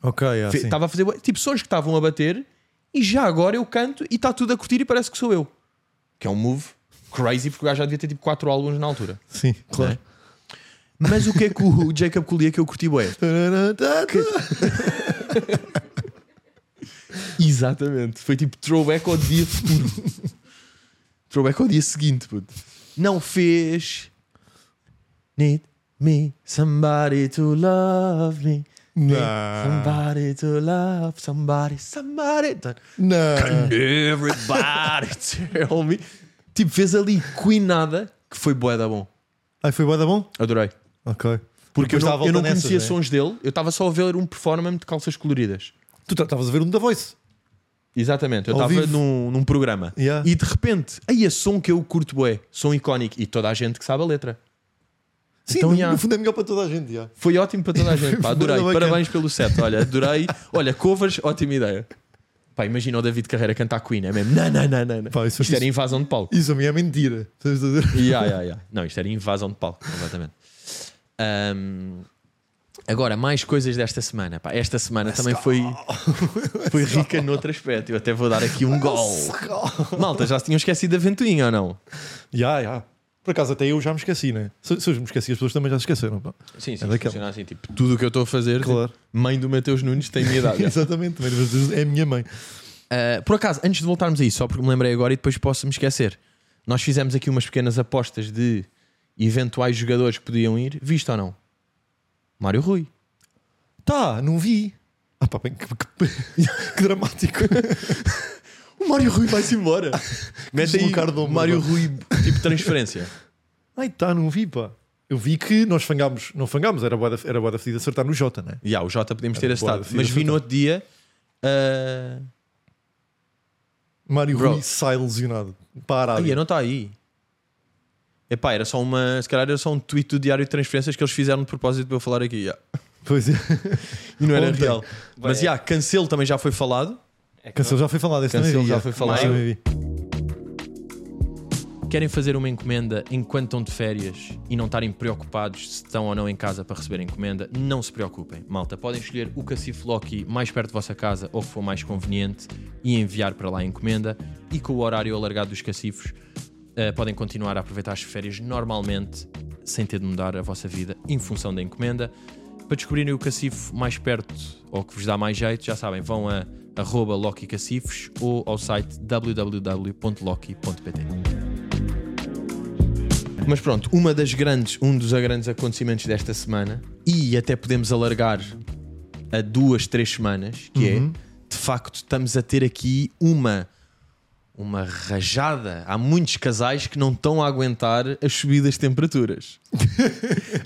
Ok, yeah, sim. Estava a fazer bué- tipo sons que estavam a bater e já agora eu canto e está tudo a curtir e parece que sou eu. Que é um move crazy porque o gajo já devia ter tipo 4 álbuns na altura. Sim, não é? Mas o que é que o Jacob Collier que eu curti é? Exatamente. Foi tipo throwback ao dia futuro. throwback ao dia seguinte, puto. Não fez. Need me, somebody to love me. Need Não. Somebody to love, somebody, somebody. to- Não. Everybody tell me. Tipo, fez ali Queenada, que foi bué da bom. Ai, foi boa da bom? Adorei. Ok. Porque eu, Depois dá a não, volta eu não nessas, conhecia né? sons dele, eu estava só a ver um performance de calças coloridas. Tu tá- estavas a ver um da Voice. Exatamente, eu Ao estava vivo. num, num programa Yeah. e de repente, aí a som que eu curto bué, som icónico e toda a gente que sabe a letra. Sim, Então, no, yeah. no fundo é melhor para toda a gente. Yeah. Foi ótimo para toda a gente, pá, adorei. Bacana. Parabéns pelo set, olha, adorei. Olha, covers, ótima ideia. Pá, imagina o David Carreira cantar Queen, é mesmo? Não, não, não, não. não. Pá, isso- isto, era isso- invasão de palco. Isso a mim é mentira. Estás a dizer? Ya, ya, ya. Não, isto era invasão de palco, completamente. Ahm, agora, mais coisas desta semana. pá. Esta semana também foi, foi rica noutro aspecto. Eu até vou dar aqui um gol. Malta, já se tinham esquecido da ventoinha ou não? Já, já. Por acaso até eu já me esqueci, né? Se, se eu me esqueci, as pessoas também já se esqueceram. Pá. Sim, É sim, daquela. funciona assim. Tipo, tudo o que eu estou a fazer, Claro. tipo, mãe do Mateus Nunes tem minha idade. Exatamente. mas às vezes É a minha mãe. Uh, por acaso, antes de voltarmos a isso, só porque me lembrei agora e depois posso me esquecer, nós fizemos aqui umas pequenas apostas de eventuais jogadores que podiam ir, visto ou não? Mário Rui. Tá, não vi. Ah pá, bem, que, que- que dramático. O Mário Rui vai-se embora. Mete aí Deslocar do ombro, Mário pá. Rui, tipo transferência. Ai tá, não vi, pá. Eu vi que nós fangámos, não fangámos, era boa da, era bué da fedida acertar no Jota, né? Já, o Jota podemos ter Era acetado. boa, sim, Mas vi acetado. no outro dia. ah, Mário Bro. Rui sai lesionado. Para Ai, não está aí. Epá, era só uma. Se calhar era só um tweet do diário de transferências que eles fizeram de propósito para eu falar aqui. já. Pois é. E não era Ontem. é. real. Mas já, Cancelo também já foi falado. É que Cancelo já foi falado, esse Cancelo também vi, já é. foi falado. Também vi. Querem fazer uma encomenda enquanto estão de férias e não estarem preocupados se estão ou não em casa para receber a encomenda? Não se preocupem, malta. Podem escolher o Cacifo Loki mais perto da vossa casa ou que for mais conveniente e enviar para lá a encomenda. E com o horário alargado dos cacifos, eh, podem continuar a aproveitar as férias normalmente sem ter de mudar a vossa vida em função da encomenda. Para descobrirem o cacifo mais perto ou que vos dá mais jeito, já sabem, vão a arroba Loki Cacifos ou ao site www.loki.pt. Mas pronto, uma das grandes, um dos grandes acontecimentos desta semana, e até podemos alargar a duas, três semanas, que Uhum. é de facto estamos a ter aqui uma uma rajada. Há muitos casais que não estão a aguentar as subidas de temperaturas.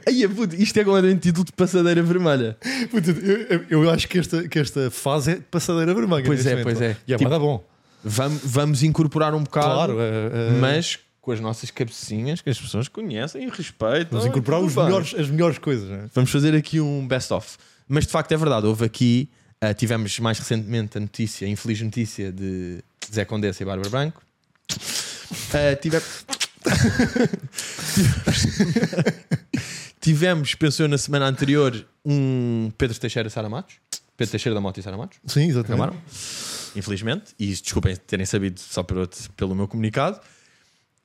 Aí, puto, isto é completamente título de passadeira vermelha. Puta, Eu, eu- eu acho que esta, que esta fase é de passadeira vermelha. Pois neste é, momento. pois é. E é Tipo, mas dá bom. Vamos, vamos incorporar um bocado, Claro. é, é, mas com as nossas cabecinhas que as pessoas conhecem e respeitam. vamos incorporar Tudo os bem. melhores, as melhores coisas. Né? Vamos fazer aqui um best-of. Mas de facto é verdade, houve aqui, ah, tivemos mais recentemente a notícia, a infeliz notícia de Zé Condessa e Bárbara Branco. Eh, Ah, tive- tivemos... tivemos... Tivemos, pensou na semana anterior, um Pedro Teixeira e Sara Matos. Pedro Teixeira da Mota e Sara Matos. Sim, exatamente. Acabaram. Infelizmente. E desculpem terem sabido só por outro- pelo meu comunicado.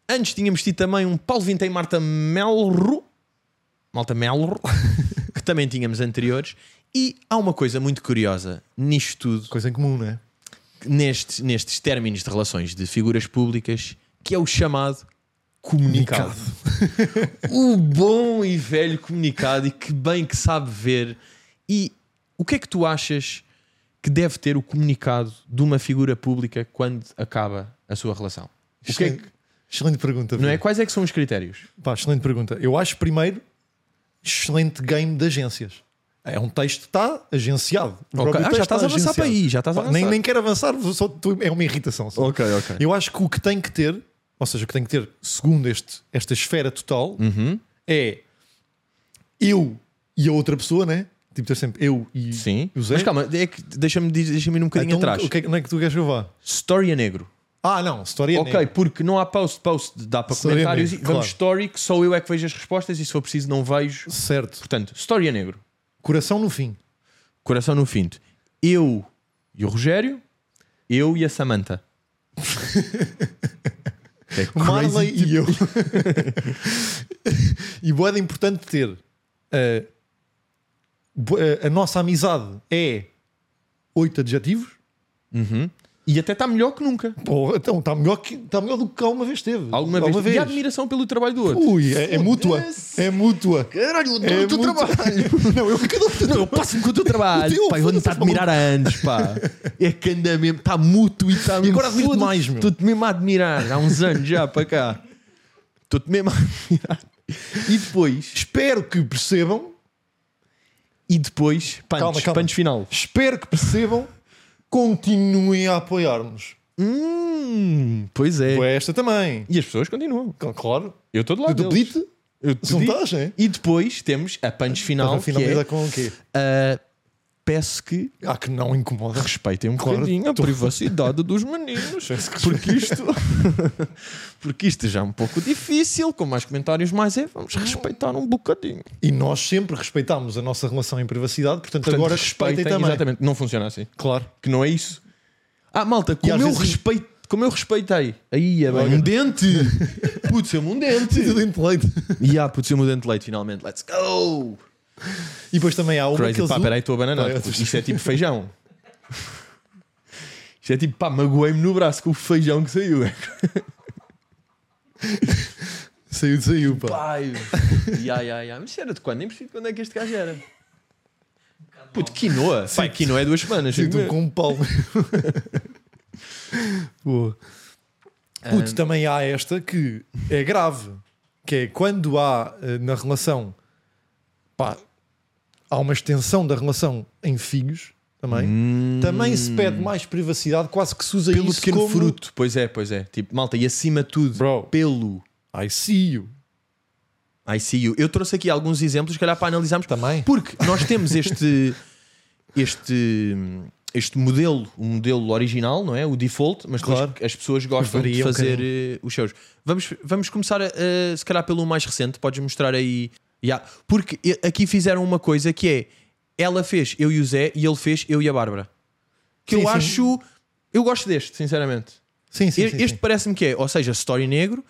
Antes tínhamos tido também um Paulo Vintém e Marta Melro. Malta Melro. que também tínhamos anteriores. E há uma coisa muito curiosa nisto tudo Coisa em comum, não é? nestes, nestes términos de relações de figuras públicas, que é o chamado comunicado. o Um bom e velho comunicado e que bem que sabe ver. E o que é que tu achas que deve ter o comunicado de uma figura pública quando acaba a sua relação? O que é que- Excelente, excelente pergunta. não é? Pedro. Quais é que são os critérios? Pá, excelente pergunta. Eu acho, primeiro, excelente game de agências. É um texto que está agenciado. O Ok. próprio Ah, já texto estás a avançar agenciado. para aí, já estás a Pá, nem, avançar. nem quero avançar, só, tu- é uma irritação. só. ok. Eu acho que o que tem que ter, ou seja, o que tem que ter, segundo este, esta esfera total, Uhum. é eu e a outra pessoa, né? Tipo, ter sempre eu e Sim. o Zé. Mas calma, é que deixa-me diz- deixa-me ir um bocadinho Então, atrás. O que é, que- onde é que tu queres que eu vá? Story a negro. Ah, não, história Ok, negra. porque não há post, post dá para Story comentários. é e negro, Vamos claro. story, que só eu é que vejo as respostas e se for preciso não vejo. Certo. Portanto, story é negro. Coração no fim. Coração no finto. Eu e o Rogério, eu e a Samanta. é crazy. Marley e eu. e boa é importante ter eh, bo- eh, a nossa amizade é oito adjetivos. E até está melhor que nunca. Pô, então está melhor, que, está melhor do que alguma vez teve. Alguma vez. E a admiração pelo trabalho do outro. Ui, é, é mútua. É mútua. Caralho, eu É muito- Não, eu cada um Não, eu passo-me com o teu trabalho. O teu, pá, eu ando-te a foda-se, admirar há anos, pá. É que anda mesmo, está mútuo e está mesmo. agora admiro-te foda-se, mais, meu. Estou-te mesmo a admirar há uns anos já para cá. Estou-te mesmo a admirar. E depois, Espero que percebam. e depois, punch, Calma, calma. punch final. Espero que percebam. Continuem a apoiar-nos. Hum, pois é. Ou é esta também. E as pessoas continuam. Claro. Eu estou de lado. Eu deles. duplito. Eu te Não digo. estás, é? E depois temos a punch final. Mas afinal, que é, lida com o quê? ah, peço que Ah, que não incomoda. respeitem um Claro, bocadinho a privacidade dos meninos. Porque isto, porque isto já é um pouco difícil, com mais comentários, mais é, vamos respeitar um bocadinho. E nós sempre respeitámos a nossa relação em privacidade, portanto, agora respeitem, também. Exatamente, não funciona assim. Claro. Que não é isso. Ah, malta, como às eu vezes- respeito, como eu respeitei. Aí é bem. Um dente! Putz, eu-me um dente! Tudo em leite. E ah, putz, eu-me um dente de leite finalmente. Let's go! E depois também há uma que Crazy, eles pá, usam- peraí, estou a bananar. Ah, eu- Isto é tipo feijão. Isto é tipo, pá, magoei-me no braço com o feijão que saiu. Saiu, saiu, pá. Pai, ya, ya, ya. Mas isso era de quando? Nem percebi de quando é que este gajo era. Puto, quinoa. Pai, quinoa é duas semanas. Sinto-me com um palmo. Boa. Puto, também há esta que é grave, que é quando há eh, na relação pá, há uma extensão da relação em filhos também, também se pede mais privacidade, quase que se usa Pelo isso pequeno como fruto. Pois é, pois é. Tipo, malta, e acima de tudo, Bro. pelo I see you. I see you. Eu trouxe aqui alguns exemplos, se calhar, para analisarmos. Também. Porque nós temos este... este... Este modelo, o modelo original, não é? O default, mas depois Claro. as pessoas gostam Varia de um fazer eh, os seus. Vamos, vamos começar, a, a, se calhar, pelo mais recente. Podes mostrar aí. Ya. Porque e- aqui fizeram uma coisa que é: ela fez eu e o Zé e ele fez eu e a Bárbara. Que Sim, eu sim. acho. Eu gosto deste, sinceramente. Sim, sim, E- sim, este sim. parece-me que é, ou seja, story negro,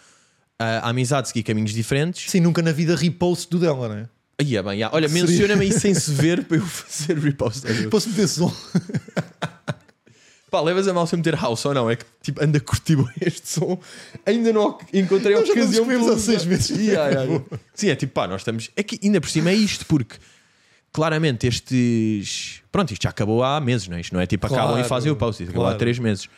a, a amizade seguir caminhos diferentes. Sim, nunca na vida repost do dela, não é? Aí é bem, já. olha, Seria- menciona-me aí sem se ver para eu fazer repost. Posso meter som? Pá, levas a mal sem meter house ou não? É que tipo, anda a curtir bué este som, ainda não encontrei a Nós já nos ocasião. vemos para há seis usar. meses. Ya, ya, ya. Sim, é tipo, pá, nós estamos. É que ainda por cima é isto, porque claramente estes. Pronto, isto já acabou há meses, não é? Isto não é tipo, acabam e Claro, fazem o post, isto acabou há claro. três meses.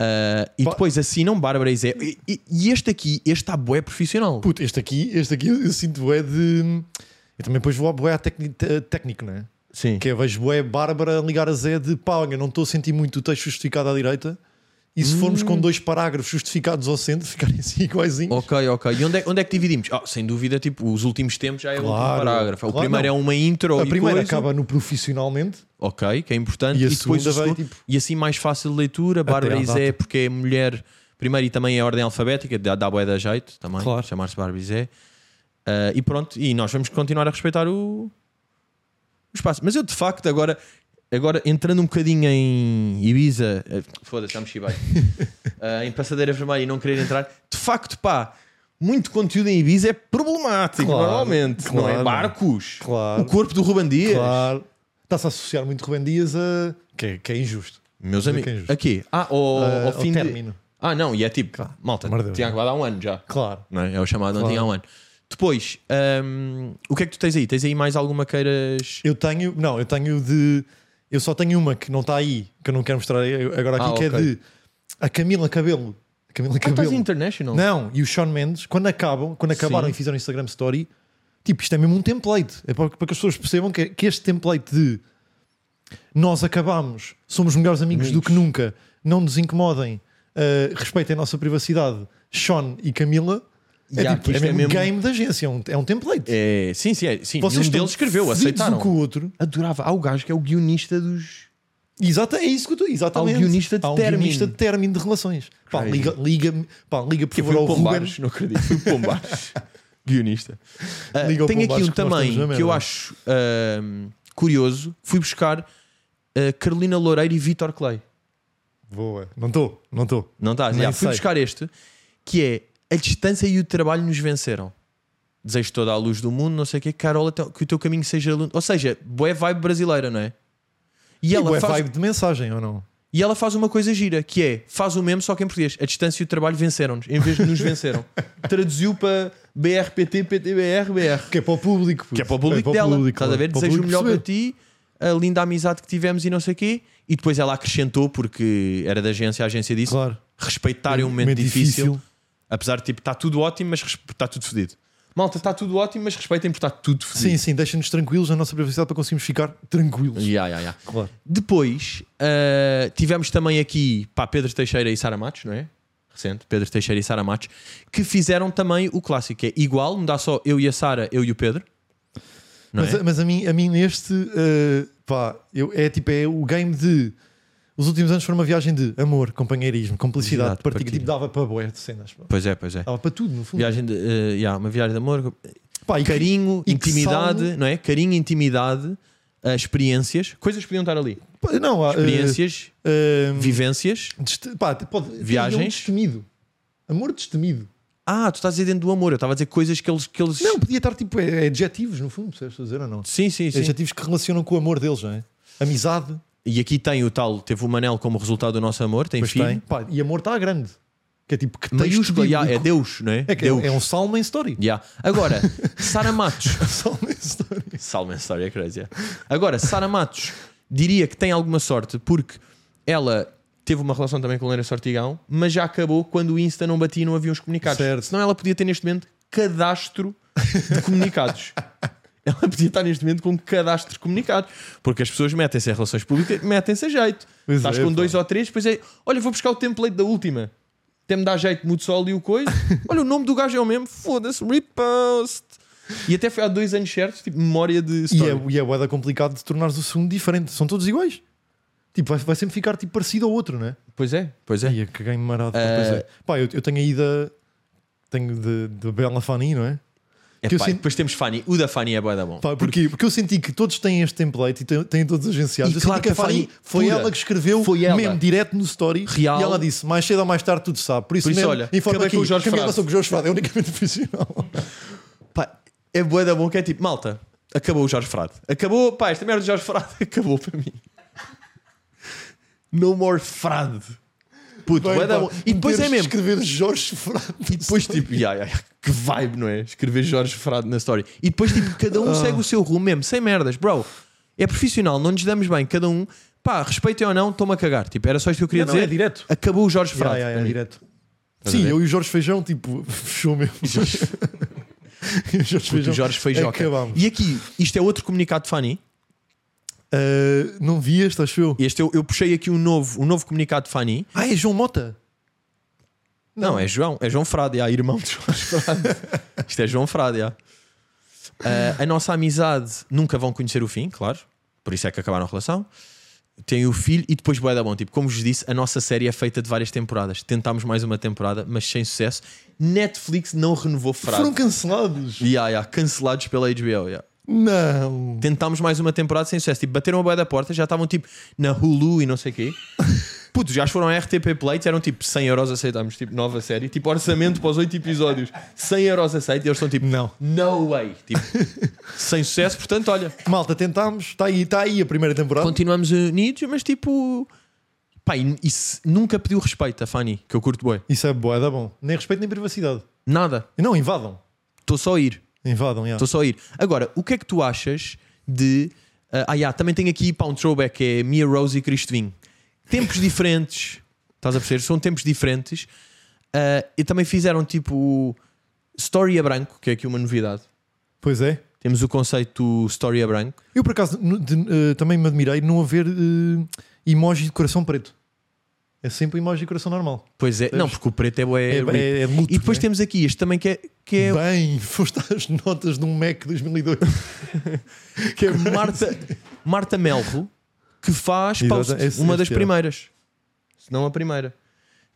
Ah, e Pá. depois assinam Bárbara e Zé. E, e- e este aqui, este está bué profissional. Puto, este aqui, este aqui eu, eu sinto bué de. Eu também depois vou a bué a tecni- te- técnico, não é? Sim. Que é, vejo bué Bárbara ligar a Zé de pá, olha, não estou a sentir muito o texto justificado à direita. E se formos com dois parágrafos justificados ao centro, ficarem assim iguaizinhos. Ok, ok. E onde é, onde é que dividimos? Ah, sem dúvida, tipo, os últimos tempos já é o último Claro, parágrafo. o claro, primeiro não. é uma intro. a e primeira coisa. acaba no profissionalmente. Ok, que é importante. E E, a depois o segunda vai, segundo- tipo, E assim mais fácil de leitura. Bárbara à e Zé, data. porque é mulher primeiro e também é ordem alfabética, dá, dá boé da jeito também. Chamar-se Bárbara e Zé. Ah, e pronto, e nós vamos continuar a respeitar o, o espaço. Mas eu de facto agora, agora entrando um bocadinho em Ibiza, eh, foda-se, já me chibei. Ah, em Passadeira Vermelha e não querer entrar, de facto, pá, muito conteúdo em Ibiza é problemático, Claro, normalmente. Não é? claro. Barcos, Claro. o corpo do Ruben Dias. Claro. é? Está-se a associar muito Rubem Dias a. que é, que é injusto. Meus Mas é que é amigos, injusto. aqui. Ah, ao, Ah, ao ao fim de... término. Ah, não, e é tipo, malta, amor de Deus. é? tinha acabado há um ano já. Claro. não é? É o chamado Claro. não tinha há um ano. Depois, hum, o que é que tu tens aí? Tens aí mais alguma queiras? Eu tenho. Não, eu tenho de. Eu só tenho uma que não está aí, que eu não quero mostrar agora aqui, Ah, que é ok. de. A Camila Cabelo. A Camila Ah, estás Cabelo. international? um. Não, e o Sean Mendes, quando acabam, quando acabaram Sim. e fizeram Instagram Story, tipo, isto é mesmo um template. É para, para que as pessoas percebam que, que este template de nós acabamos, somos melhores amigos, do que nunca, não nos incomodem, uh, respeitem a nossa privacidade, Sean e Camila, é, Ya, tipo, isto é é mesmo mesmo- game da agência, é um, é um template. É, sim, sim, é, sim. Nenhum estão deles escreveu, fedidos aceitaram. Um com o outro. Adorava. Há o gajo que é o guionista dos. Exato, é isso que eu estou. Exatamente. Há um guionista de Há um término. guionista de término de relações. Pá, Crazy. liga, liga, pá, liga por Que foi favor o ao Ruben. Pombares, não acredito. Foi o Pombares. guionista. Ah, Liga ao tenho aqui um Pombares que nós estamos na também que merda. eu acho hum, curioso. Fui buscar ah, Carolina Loureiro e Vitor Clay. Boa. Não estou, não estou. Não estás? Nem Já, fui sei. buscar este, que é a distância e o trabalho nos venceram. Desejo toda a luz do mundo, não sei o quê, Carola, te- que o teu caminho seja luz. Ou seja, boé vibe brasileira, não é? E E ela, é faz, vibe de mensagem ou não? e ela faz uma coisa gira, que é faz o mesmo, só que em português. A distância e o trabalho venceram-nos, em vez de nos venceram. Traduziu para BRPT, PTBR, BR. Que é para o público. puto. Que é para o público dela. Estás a ver? Para o Desejo o público melhor para perceber. ti, a linda amizade que tivemos e não sei o quê. E depois ela acrescentou, porque era da agência, a agência disse: Claro. respeitarem um momento difícil. Apesar de tipo, está tudo ótimo, mas respe- está tudo fodido. Malta, está tudo ótimo, mas respeitem porque está tudo Sim, fodido. sim, deixa-nos tranquilos na nossa privacidade para conseguirmos ficar tranquilos. Ya, ya, ya. Claro. Depois ah, tivemos também aqui pá, Pedro Teixeira e Sara Matos, não é? Recente, Pedro Teixeira e Sara Matos, que fizeram também o clássico, que é igual, mudar só eu e a Sara, eu e o Pedro. Não Mas, é? a- mas a, mim, a mim neste, eh, pá, eu, é tipo, é o game de. Os últimos anos foram uma viagem de amor, companheirismo, complicidade, Exato, partilha. partilha. Tipo, dava para boé de cenas. pá. Pois é, pois é. Dava para tudo, no fundo. Viagem de, ah, ya, uma viagem de amor, Pá, e que- carinho, e que intimidade, saldo- não é? Carinho, intimidade, ah, experiências, coisas que podiam estar ali. pá, não, há, eh, Experiências, eh, vivências. dest- pá, pode, Viagens. é um destemido. Amor destemido. Ah, tu estás a dizer dentro do amor. Eu estava a dizer coisas que eles. Que eles... Não, podia estar tipo, é, é adjetivos, no fundo, percebes o que estou a dizer ou não? Sim, sim, sim. Adjetivos que relacionam com o amor deles, não é? Amizade, E aqui tem o tal. Teve o Manel como resultado do nosso amor. Tem pois filho. tem. Pá, e amor está a grande. Que é tipo que texto Maiúsculo. bíblico. yeah, é Deus, não é? É que é, Deus. é um salmo em story. Yeah. Agora, Sara Matos. Salmo em story. Salma história é crazy. yeah. Agora, Sara Matos diria que tem alguma sorte porque ela teve uma relação também com o Leandro Sortigão, mas já acabou quando o Insta não batia e não havia os comunicados. Certo. Senão ela podia ter neste momento cadastro de comunicados. ela podia estar neste momento com um cadastro de comunicados, porque as pessoas metem-se em relações públicas, metem-se a jeito. Pois Estás é, com pá. dois ou três, depois é, olha, vou buscar o template da última. Até me dá jeito, mudo só ali o coisa. Olha, o nome do gajo é o mesmo. Foda-se, repost. E até foi há dois anos certos, tipo, memória de E story. é, e é bué da complicado de tornares o segundo diferente. São todos iguais. Tipo, vai, vai sempre ficar tipo, parecido ao outro, não é? Pois é, pois é. Ia, caguei marado. Eh, Pois é. Pá, eu, eu tenho aí da. Tenho de, de Bela Fani, não é? É que eu pá, e sinto- Depois temos Fanny. O da Fanny é boa da bom. Pá, porquê? Porque eu senti que todos têm este template e têm, têm todos agenciados. E Eu claro senti que a que a Fanny Fanny foi pura. ela que escreveu Foi ela. mesmo direto no story. Real. E ela disse: mais cedo ou mais tarde tudo sabe. Por isso, Por isso, mesmo, olha, informa acabei aqui, com é o Jorge Camila Frade. sobre o Jorge Frade, é unicamente profissional. Pá, é boa da bom que é tipo, malta, acabou o Jorge Frade. Acabou, pá, esta merda do Jorge Frade acabou para mim. No more Frade. Puto, Bem, bué da pá, bom. E depois é meteres- mesmo. Escrever Jorge Frade. E depois, tipo, ya, ya, ya, que vibe, não é? Escrever Jorge Frade na story. E depois, tipo, cada Ah. um segue o seu rumo mesmo, sem merdas, bro. É profissional, não nos damos bem, cada um. Pá, respeitem ou não, toma a cagar. Tipo, era só isto que eu queria Não, não, dizer. é direto. Acabou o Jorge Frade. Yeah, yeah, para yeah, mim. direto. a Sim, ver? eu e o Jorge Feijão, tipo, fechou mesmo. E o Jorge Puto, Feijão. o Jorge Feijoca. Acabámos. E aqui, isto é outro comunicado de Fanny. Ah, não vi este, acho eu. Este eu, eu puxei aqui um novo, um novo comunicado de Fanny. Ah, é João Mota. Não, é João, é João Frade, ah, irmão de Jorge Frade. Isto é João Eh, Frade, ah. Ah, a nossa amizade nunca vão conhecer o fim, claro. Por isso é que acabaram a relação. tem o filho e depois bué da bom. Tipo, como vos disse, a nossa série é feita de várias temporadas. Tentámos mais uma temporada, mas sem sucesso. Netflix não renovou frase. Foram cancelados. Yeah, yeah, cancelados pela HBO. yeah. Não. Tentámos mais uma temporada sem sucesso. Tipo, bateram a boia da porta, já estavam tipo na Hulu e não sei o quê. Putos, já foram a RTP Plates, eram tipo 100 euros aceitámos, tipo nova série, tipo orçamento para os 8 episódios, 100 euros aceito, e eles estão tipo, Não. no way, tipo, sem sucesso, portanto, olha, tá Malta, tentámos. Está aí, tá aí a primeira temporada. continuamos unidos, mas tipo, pá, e, e se- nunca pediu respeito a Fanny, que eu curto boi, Isso é boa, dá bom. Nem respeito nem privacidade. nada, Não, invadam. estou só a ir. Invadam, yeah. Estou só a ir. Agora, o que é que tu achas de. ah, ah, yeah, também tenho aqui pá, um throwback que é Mia Rose e Cristo Vinho. Tempos diferentes. Estás a perceber? São tempos diferentes. Ah, e também fizeram tipo. Story a branco, que é aqui uma novidade. Pois é. Temos o conceito do Story a branco. Eu, por acaso, nu- de- eh, também me admirei de não haver eh, emoji de coração preto. É sempre um emoji de coração normal. Pois é. Não, porque o preto é. bué É, rip. é, é luto, e depois né? temos aqui este também que é. Que é Bem, foste às notas de um Mac 2002. que é Marta, Marta Melro que faz Exato, post, esse- uma esse das é. primeiras, se não a primeira,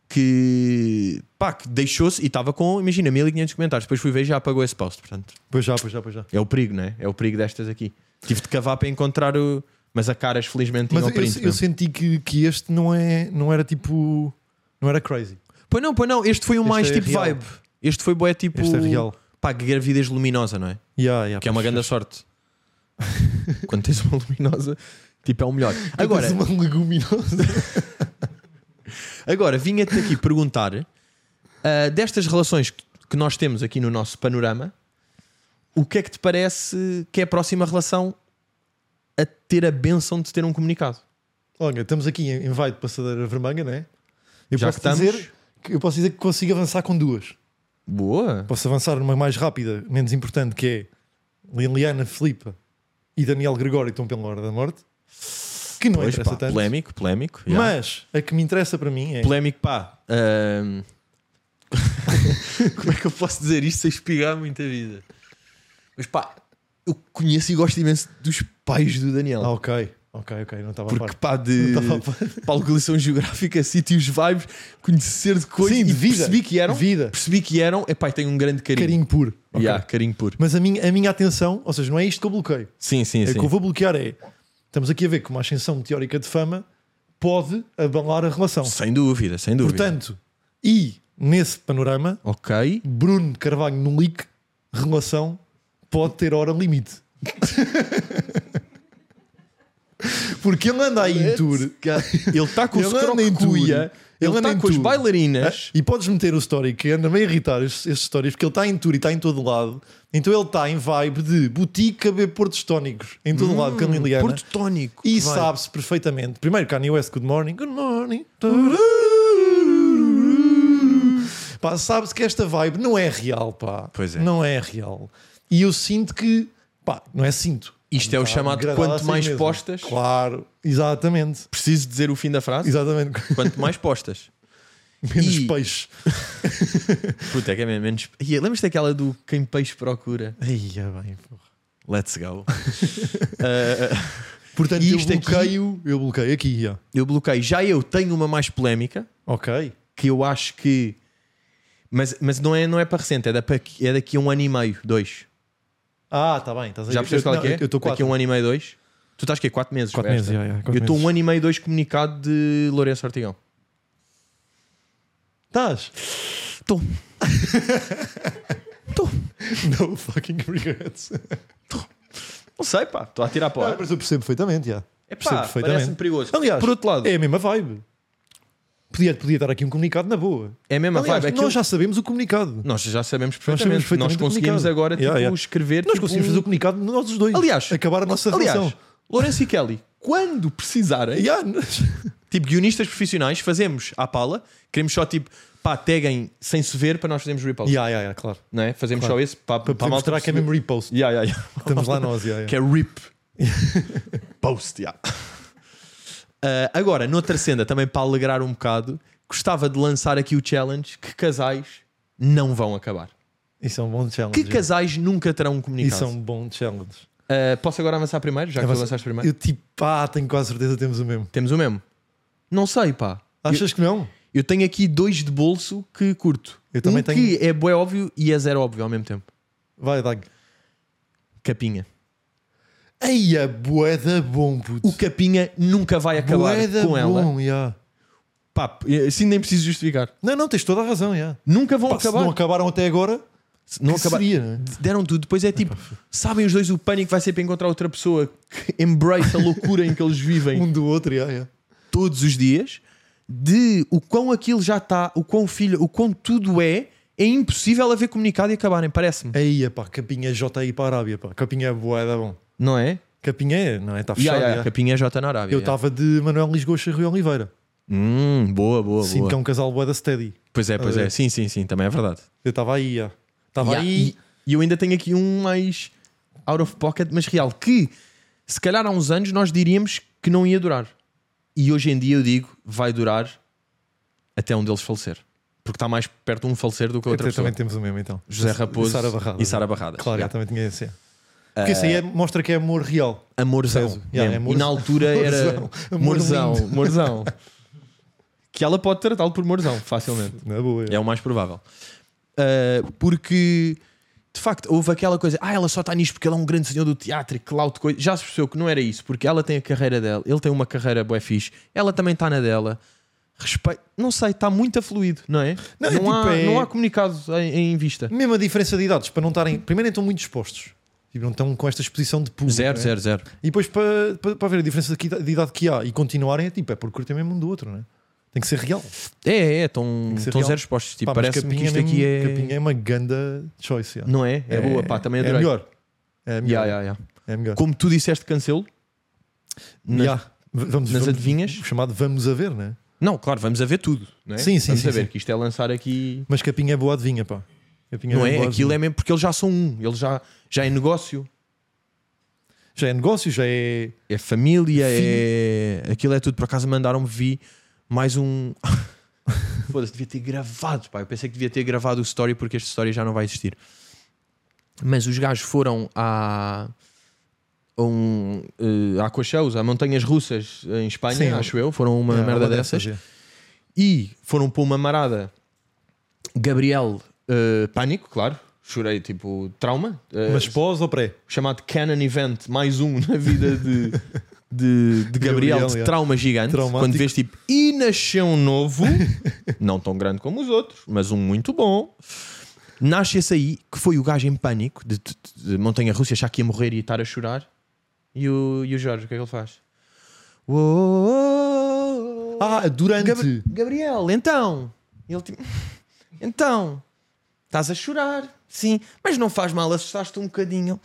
que pá, que deixou-se e estava com, imagina, 1500 comentários. Depois fui ver e já apagou esse post. Portanto, pois já, pois já, pois já. é o perigo, né? É o perigo destas aqui. Tive de cavar para encontrar o. Mas a caras, felizmente, Mas tinham um eu, print. é? eu mesmo. senti que, que este não, é, não era tipo. Não era crazy. Pois não, pois não. Este foi um Este mais é tipo real. vibe. Este foi boé tipo. Este é real. Pá, que gravidez luminosa, não é? Yeah, yeah, Que é uma pois. grande sorte. Quando tens uma luminosa, tipo, é o melhor. Agora, Tens uma leguminosa. Agora, vinha-te aqui perguntar ah, destas relações que que nós temos aqui no nosso panorama, o que é que te parece que é a próxima relação a ter a benção de ter um comunicado? Olha, estamos aqui em em vai de passadeira vermelha, né? Eu Já posso que estamos- dizer que eu posso dizer que consigo avançar com duas. Boa! Posso avançar numa mais rápida, menos importante, que é Liliana Filipa e Daniel Gregório estão pela hora da morte. Que não Pois, interessa pá, tanto. polémico, polémico. yeah. Mas a que me interessa para mim é. Polémico, pá. ahm, Como é que eu posso dizer isto sem espigar muita vida? Mas pá, eu conheço e gosto imenso dos pais do Daniel. Ah, ok, ok, ok, não estava a par. Porque pá, de Não tava a localização geográfica, sítios, assim, vibes, conhecer de coisas Sim, e de vida. percebi que eram. Vida. Percebi que eram. Epá, e tenho um grande carinho. Carinho puro. Ok. Yeah, carinho puro. Mas a minha, a minha atenção, ou seja, não é isto que eu bloqueio. Sim, sim, É sim. que eu vou bloquear é. Estamos aqui a ver que uma ascensão teórica de fama pode abalar a relação. Sem dúvida, sem dúvida. Portanto, e nesse panorama, ok. Bruno Carvalho no leak, relação pode ter hora limite. Porque ele anda aí em tour. Ele está com o Ele anda em Scrocuia, tour. ele Ele está anda em com as tour. Ah, bailarinas. E podes meter o story que anda meio a irritar estes, estes stories, porque ele está em tour e está em todo lado. Então ele está em vibe de boutique a beber portos tónicos em todo Hum. lado com a Liliana. Porto Tónico. E Vai. sabe-se perfeitamente. Primeiro, Kanye West, good morning. Good morning. Pá, sabe-se que esta vibe não é real, pá. Pois é. Não é real. E eu sinto que, pá, não é sinto. Isto é o Tá chamado degradado a quanto si mais mesmo. postas. Claro, exatamente. Preciso dizer o fim da frase. Exatamente. Quanto mais postas. Menos E- peixe. Puta, é que é mesmo menos. Ia, Lembras-te daquela do quem peixe procura? Ai, é bem, porra. Let's go. Ah, Portanto, E eu isto aqui- bloqueio, eu bloqueio aqui, já. Eu bloqueio. Já eu tenho uma mais polémica Ok. que eu acho que. Mas, mas não, é, não é para recente, é, da, pa- é daqui a um ano e meio, dois. Ah, tá bem. Estás a- Já percebes eu- qual é que não, é? Eu estou Daqui a quatro. um ano e meio, dois. Tu estás que Quatro meses. Quatro com meses, esta. já, já, quatro Eu estou meses. um ano e meio, dois comunicado de Lourenço Ortigão. Estás? Estou. Estou. No fucking regrets. Não sei, pá. Estou a tirar para o Ah, ar. mas eu percebo perfeitamente, já. É percebo pá, perfeitamente. parece-me perigoso. Aliás, por outro lado, É a mesma vibe. Podia, podia dar aqui um comunicado na boa. é a mesma Aliás, vibe. Aquilo- nós já sabemos o comunicado. nós já sabemos sabemos perfeitamente. Nós, perfeitamente o conseguimos comunicado. agora tipo, Yeah, yeah. escrever. Nós tipo, conseguimos um- fazer o comunicado nós os dois. Aliás, acabar a nossa aliás, relação. Lourenço e Kelly, quando precisarem, Yeah, nós- Tipo, guionistas profissionais, fazemos à pala, queremos só tipo, pá, taguem sem se ver para nós fazermos repost. yeah, yeah, yeah, claro. Não é? Fazemos Claro. só esse pá, Para, para a malta mostrar que é mesmo perceber. repost. Yeah, yeah, yeah. Estamos lá nós. Yeah, Que yeah. é rip. Post, yeah. Ah, agora, noutra senda, também para alegrar um bocado, gostava de lançar aqui o challenge que casais não vão acabar. Isso é um bom Que é challenge. casais nunca terão um comunicado. Isso é um bom challenge. Ah, posso agora avançar primeiro? Já que tu avançaste primeiro? Eu tipo, pá, tenho quase certeza que temos o mesmo. Temos o mesmo. Não sei, pá. Achas que não? Eu tenho aqui dois de bolso que curto. Eu também um tenho. que é bué óbvio e é zero óbvio ao mesmo tempo. Vai, Dag. Capinha. Ei, a boeda bom, puto. O capinha nunca vai acabar Bué da com ela. bom, yeah. Pá, assim nem preciso justificar. Não, não, tens toda a razão, yeah. Nunca vão Pá, se acabar. não acabaram até agora, Se não que acabar- seria, né? Deram tudo. Depois é tipo, sabem os dois o pânico vai ser para encontrar outra pessoa que embrace a loucura em que eles vivem um do outro, yeah, yeah. todos os dias, de o quão aquilo já está, o quão filho, o quão tudo é, é impossível haver comunicado e acabarem, parece-me. Aí, pá, Capinha J aí para a Arábia, pá. Capinha é boeda bom. Não é? Capinha é, não é? Está fechado. Yeah, yeah, yeah. Capinha é J na Arábia. Eu yeah. estava de Manuel Lisgocha e Rui Oliveira. Hum, boa, boa, Sinto boa. que é um casal boeda steady. Pois é, pois Ah, é. é. Sim, sim, sim, também é verdade. Eu estava aí, yeah. Estava Yeah, aí. E, e eu ainda tenho aqui um mais out of pocket, mas real, que se calhar há uns anos nós diríamos que não ia durar. E hoje em dia eu digo, vai durar até um deles falecer. Porque está mais perto um falecer do que a outra Até pessoa. também temos o mesmo, então. José Raposo e Sara Barradas. e Sara Barradas. Claro, eu Yeah. Eh, também tinha esse. yeah. Porque isso aí é- mostra que é amor real. Amorzão. Teso. Yeah, mesmo. é E na amorzão. altura era Amorzão. Amor Morzão. lindo. Morzão. que ela pode tratá-lo por Morzão, facilmente. Na boa. É o mais provável. Uh, porque, de facto, houve aquela coisa. Ah, ela só está nisto porque ela é um grande senhor do teatro e que lá outra coisa. Já se percebeu que não era isso, porque ela tem a carreira dela, ele tem uma carreira bué fixe, ela também está na dela. Respeito, não sei, está muito afluído, não é? Não, é tipo, há, é- não há comunicado em, em vista. Mesmo a diferença de idades, para não estarem. Primeiro, então, muito expostos. Tipo, Não estão com esta exposição de público. Zero, né? zero, zero. E depois, para, para, para ver a diferença de de idade que há e continuarem, é tipo, é por curtir mesmo um do outro, né? Tem que ser real. É, é, estão que ser estão real. zero expostos. Tipo, Pá, mas parece-me que Capinha isto aqui mesmo- é. Capinha é uma ganda choice. yeah. Não é? É, boa, pá, também é adorei. melhor. É melhor. Yeah, yeah, yeah. É melhor. Como tu disseste, cancelo. Nas- Yeah. V- Vamos, nas vamos- adivinhas? o chamado Vamos a Ver, né? Não, claro, vamos a ver tudo. Não é? Sim, sim, Vamos sim, a ver sim. que isto é lançar aqui. Mas Capinha é boa adivinha, pá. Capinha Não uma é? boa Aquilo adivinha. é mesmo porque eles já são um, eles já, já é negócio, Já é negócio, já é. é família, é. Aquilo é tudo. Por acaso mandaram-me vir mais um. Foda-se, devia ter gravado, pá. Eu pensei que devia ter gravado o story porque este story já não vai existir. Mas os gajos foram à. a Um, eh, à Cocheiros, a Montanhas Russas em Espanha, Sim. acho eu. Foram uma é, merda dessas. é. e foram para uma marada Gabriel eh, Pânico, claro, chorei tipo trauma, eh, Mas pós ou pré? chamado Canon Event, mais um na vida de, de, de Gabriel, Gabriel, de yeah. trauma gigante. Traumático. Quando vês tipo, e nasceu um novo, não tão grande como os outros, mas um muito bom. Nasce esse aí, que foi o gajo em pânico de, de- de Montanha Russa, achar que ia morrer e estar a chorar. E o, e o Jorge, o que é que ele faz? Uou, Ah, durante. Gabri- Gabriel, então. Ele tipo, então, estás a chorar, sim, mas não faz mal, assustaste um bocadinho.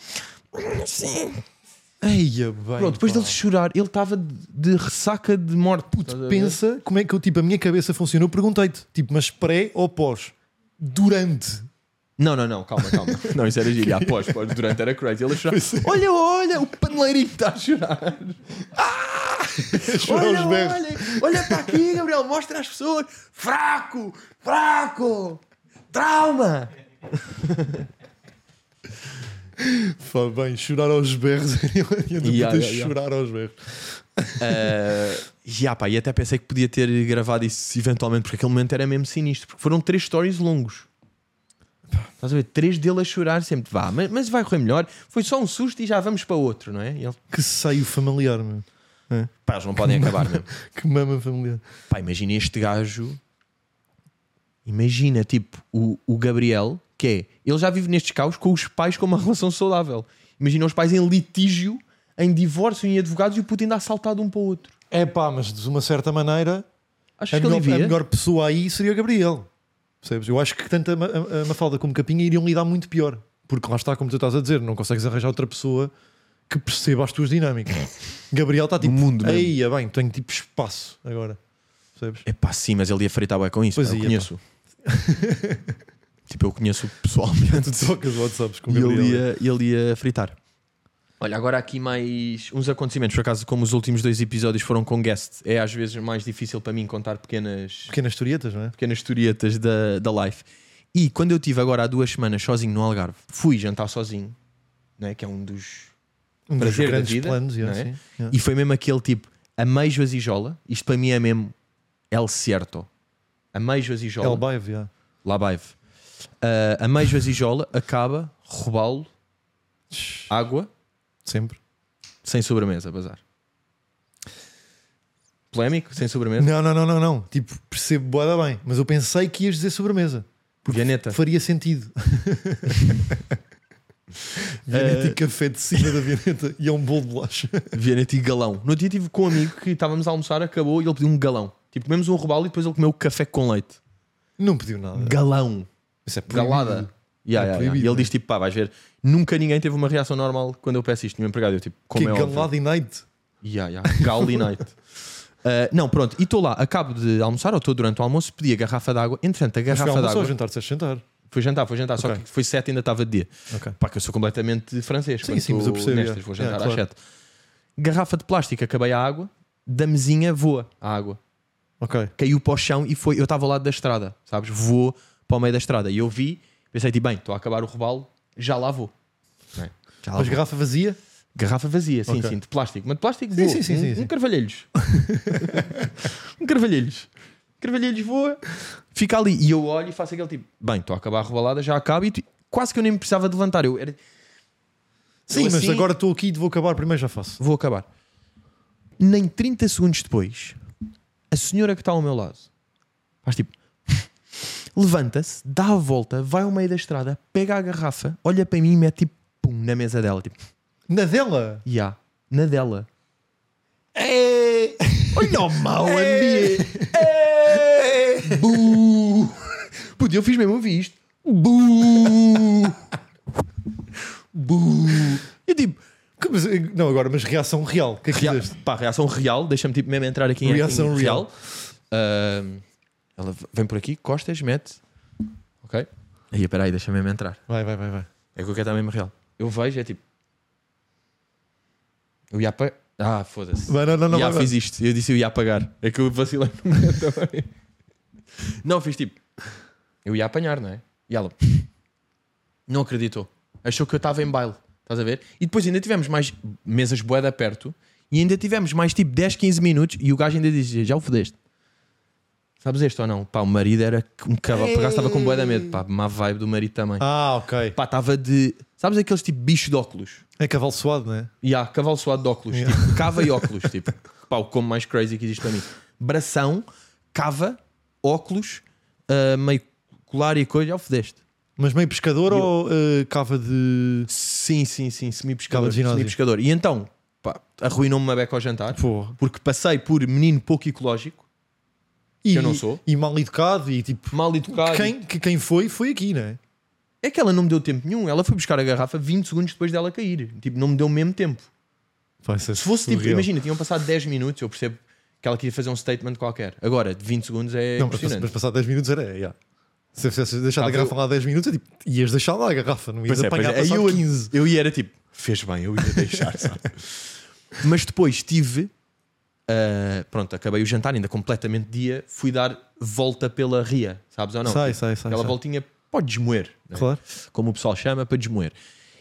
Ele, Sim. Eia, bem. Pronto, depois pá. dele chorar, ele estava de, de ressaca de morte. Puto, Pensa como é que eu, tipo, a minha cabeça funcionou. Eu perguntei-te, tipo, mas pré ou pós? Durante. Não, não, não, calma, calma. não, isso era giro. Ah, pós, pós, durante era crazy. Ele a chorar. Olha, olha, o paneleirinho está a chorar. Chorar Olha, os berros. olha, olha para aqui, Gabriel, mostra às pessoas. Fraco, fraco, trauma. Fá, bem, chorar aos berros. Eu ia Ya, yeah, ya, ya. chorar aos berros. Uh, yeah, pá, e até pensei que podia ter gravado isso eventualmente, porque aquele momento era mesmo sinistro. Porque foram três stories longos. Estás a ver? Três dele a chorar sempre. Vá, mas, mas vai correr melhor. Foi só um susto e já vamos para outro, não é? E ele, Que seio familiar, meu. pá, eles não podem acabar mesmo. Que mama familiar. Pá, imagina este gajo. Imagina, tipo, o, o Gabriel, que é. Ele já vive nestes caos com os pais com uma relação saudável. Imagina os pais em litígio, em divórcio, em advogados e o Putin ainda assaltado um para o outro. É pá, mas de uma certa maneira, Acho a que ele É melhor, via. a melhor pessoa aí seria o Gabriel. Percebes? Eu acho que tanto a, Ma- a- a Mafalda como Capinha iriam lidar muito pior. Porque lá está, como tu estás a dizer, não consegues arranjar outra pessoa que perceba as tuas dinâmicas. Gabriel está tipo, mundo mesmo. aí, é bem, tenho tipo espaço agora. Percebes? É pá, sim, mas ele ia fritar bem com isso. Pois pá, eu ia, conheço. tipo, eu conheço pessoalmente. Tu trocas WhatsApps com o e Gabriel. ele ia, ele ia fritar. Olha, agora aqui mais uns acontecimentos. Por acaso, como os últimos dois episódios foram com guest, é às vezes mais difícil para mim contar pequenas, Pequenas historietas, não é? pequenas historietas da, da life. E quando eu estive agora há duas semanas sozinho no Algarve, fui jantar sozinho, né, que é um dos Um dos prazer da grandes vida. planos, yeah, não é? sim, yeah. E foi mesmo aquele tipo, ameijo azijola. Isto para mim é mesmo El Cierto. Ameijo azijola. El Baive, yeah. Labaive. Uh, ameijo azijola, acaba, robalo, água, Sempre. sem sobremesa, bazar. Polémico, sem sobremesa. Não, não, não, não, não. Tipo, percebo boada bem, mas eu pensei que ias dizer sobremesa. Vianeta. Faria sentido. Vianeta Eh, e café de cima da Vianeta e é um bolo de bolacha. Vianeta e galão. No dia tive com um amigo que estávamos a almoçar, acabou e ele pediu um galão. Tipo, comemos um robalo e depois ele comeu café com leite. Não pediu nada. Galão. Isso é proibido. Galada. Yeah, yeah, yeah. proibido, E ele né? diz tipo, pá, vais ver, nunca ninguém teve uma reação normal quando eu peço isto. Meu empregado, eu tipo, Que como é é óbvio. galada e night. Yeah, yeah. Gal e night. Uh, não, pronto, e estou lá, acabo de almoçar, ou estou durante o almoço, pedi a garrafa d'água. Entretanto, a Mas foi É garrafa almoço ou d'água. jantar, disseste jantar. Foi jantar, foi jantar, só Ok. que foi sete ainda estava de dia. Ok. Pá, que eu sou completamente francês. Sim, quando sim, mas estou eu percebo, Nestas, é. vou jantar É, às claro. sete. Garrafa de plástico, acabei a água, da mesinha voa a água. Ok. Caiu para o chão e foi. Eu estava ao lado da estrada, sabes? Voou para o meio da estrada. E eu vi, pensei, tipo, bem, estou a acabar o robalo, já lá vou. Não é? Já lá Mas vou. garrafa vazia? Garrafa vazia, sim, Ok. sim, de plástico. Mas de plástico Sim, voa. sim, sim, um, sim, sim. um carvalhelhos. um carvalhelhos. Carvalhelhos voa, fica ali. E eu olho e faço aquele tipo: bem, estou a acabar a rebalada, já acaba. E tu- quase que eu nem me precisava de levantar. Eu era, Sim, mas assim- agora estou aqui e vou acabar primeiro, já faço. vou acabar. Nem 30 segundos depois, a senhora que está ao meu lado faz tipo: levanta-se, dá a volta, vai ao meio da estrada, pega a garrafa, olha para mim e mete tipo pum na mesa dela. Tipo, Na dela? já, na dela. Olha o mau ambiente! É. Buuu! Puto, eu fiz mesmo, eu vi isto. Buuu! Buuu! Eu tipo, Que- mas, eh, Não, agora, mas reação real. O que é que rea- fizeste? pá, reação real, deixa-me tipo mesmo entrar aqui em Reação acting real. Ahm, ela v- vem por aqui, costas, mete. Ok? Aí, espera aí, deixa-me mesmo entrar. Vai, vai, vai, vai. É que eu quero estar mesmo real. Eu vejo, é tipo. Eu ia apagar. Ah, foda-se. Vai, não, não, não, já vai, vai. fiz isto. Eu disse eu ia apagar. É que eu vacilei no momento também. Não, fiz tipo. Eu ia apanhar, não é? E ela não acreditou. Achou que eu estava em baile. Estás a ver? E depois ainda tivemos mais mesas boeda perto e ainda tivemos mais tipo 10, 15 minutos e o gajo ainda dizia: Já o fodeste. Sabes este ou não? Pá, o marido era um cavalo. Por acaso estava com boeda medo. Pá, má vibe do marido também. Ah, ok. Pá, estava de. Sabes aqueles tipo bicho de óculos? É cavalo suado, não é? E há cavalo suado de óculos, tipo, cava e óculos, tipo, pá, o como mais crazy que existe para mim. Bração, cava, óculos, ah, meio colar e coisa, já o fudeste. Mas meio pescador ou eh, cava de. Sim, sim, sim, Cava semi-pescador. de ginásio. Semi-pescador. E então, pá, arruinou-me uma beca ao jantar, Porra. porque passei por menino pouco ecológico, E, eu não sou. E mal educado e tipo. mal educado. Quem, que- quem foi, foi aqui, não é? É que ela não me deu tempo nenhum, ela foi buscar a garrafa 20 segundos depois dela cair. Tipo, não me deu o mesmo tempo. Vai ser Se fosse tipo, imagina, tinham passado 10 minutos, eu percebo que ela queria fazer um statement qualquer. Agora, de 20 segundos é Não, mas, impressionante. mas passar 10 minutos era. é, Yeah. Se fizesse deixado Ah, a garrafa eu- lá 10 minutos, é tipo, ias deixar lá a garrafa, não ias Pois é, apanhar pois é. Aí passado eu- 15. Eu ia era tipo, fez bem, eu ia deixar, sabe? Mas depois tive, ah, pronto, acabei o jantar, ainda completamente dia, fui dar volta pela ria, sabes ou não? Tipo, Sai, sai, sai, Aquela sai. voltinha pode desmoer, né? Claro. como o pessoal chama, para desmoer.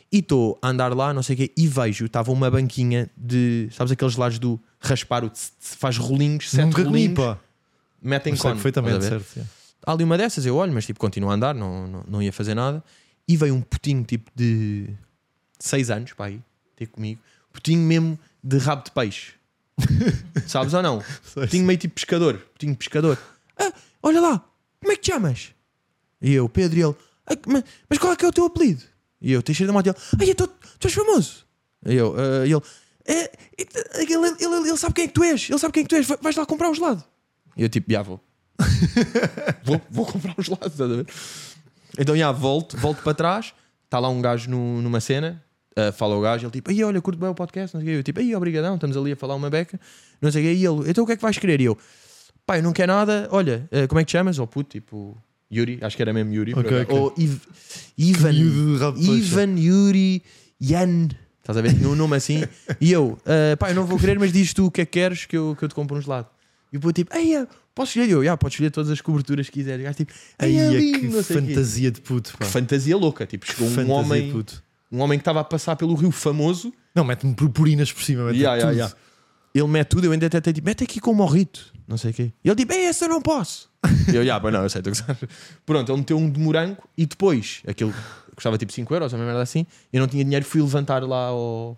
E estou a andar lá, não sei o quê, e vejo, estava uma banquinha de, sabes aqueles lados do raspar o tss, tss, faz rolinhos, sete Nunca comi, rolinhos, pá. metem Mas sei cone, perfeitamente, estás a ver? certo. yeah. Há ali uma dessas, eu olho, mas tipo, continuo a andar, não, não, não ia fazer nada. E veio um putinho tipo de 6 anos para aí ter comigo, putinho mesmo de rabo de peixe, sabes ou não? Putinho meio tipo pescador, putinho de pescador. Ah, olha lá, como é que te chamas? E eu, Pedro, e ele, "Ah, mas, mas qual é que é o teu apelido? E eu, Teixeira da Mota, e ele, ai, tu, tu és famoso. E eu, "Ah", e ele, "É, é, ele, ele, ele sabe quem é que tu és, ele sabe quem é que tu és, vai- vais lá comprar um gelado. E eu, tipo, já vou vou, vou comprar os lados, estás a ver? Então, já, volto, volto para trás, está lá um gajo no- numa cena, ah, fala o gajo, ele tipo, aí olha, curto bem o podcast, não sei o quê. Eu tipo, aí obrigadão, estamos ali a falar uma beca, não sei o quê. E ele, então o que é que vais querer? E eu, pá, eu não quero nada, olha, ah, como é que te chamas? Ou puto, tipo, Yuri, acho que era mesmo Yuri. por Ok, acaso. ok. Ou Iv- Ivan, miúdo de rabo de peixe. Ivan, Yuri, Jan, estás a ver? Tinha um nome assim. E eu, ah, pá, eu não vou querer, mas diz tu o que é que queres que eu, que eu te compro um gelado. E o puto tipo, aí posso escolher? E eu, "Ya, podes escolher todas as coberturas que quiseres. E o gajo tipo, Aí Ai, é é lindo, que não sei o quê. fantasia de puto, pá. Que fantasia louca, tipo, chegou Fantasia um homem de puto. Um homem que estava a passar pelo rio famoso. Não, mete-me purpurinas por cima. Mete Yeah, yeah, tudo. yeah. Ele mete tudo, eu ainda até digo, mete aqui com o morrito, não sei o quê. E ele diz, bem, esse eu não posso. e eu, yeah, pois não, eu sei, estou a gozar." Pronto, ele meteu um de morango e depois, aquilo custava tipo 5 euros, uma merda assim, eu não tinha dinheiro, fui levantar lá ao,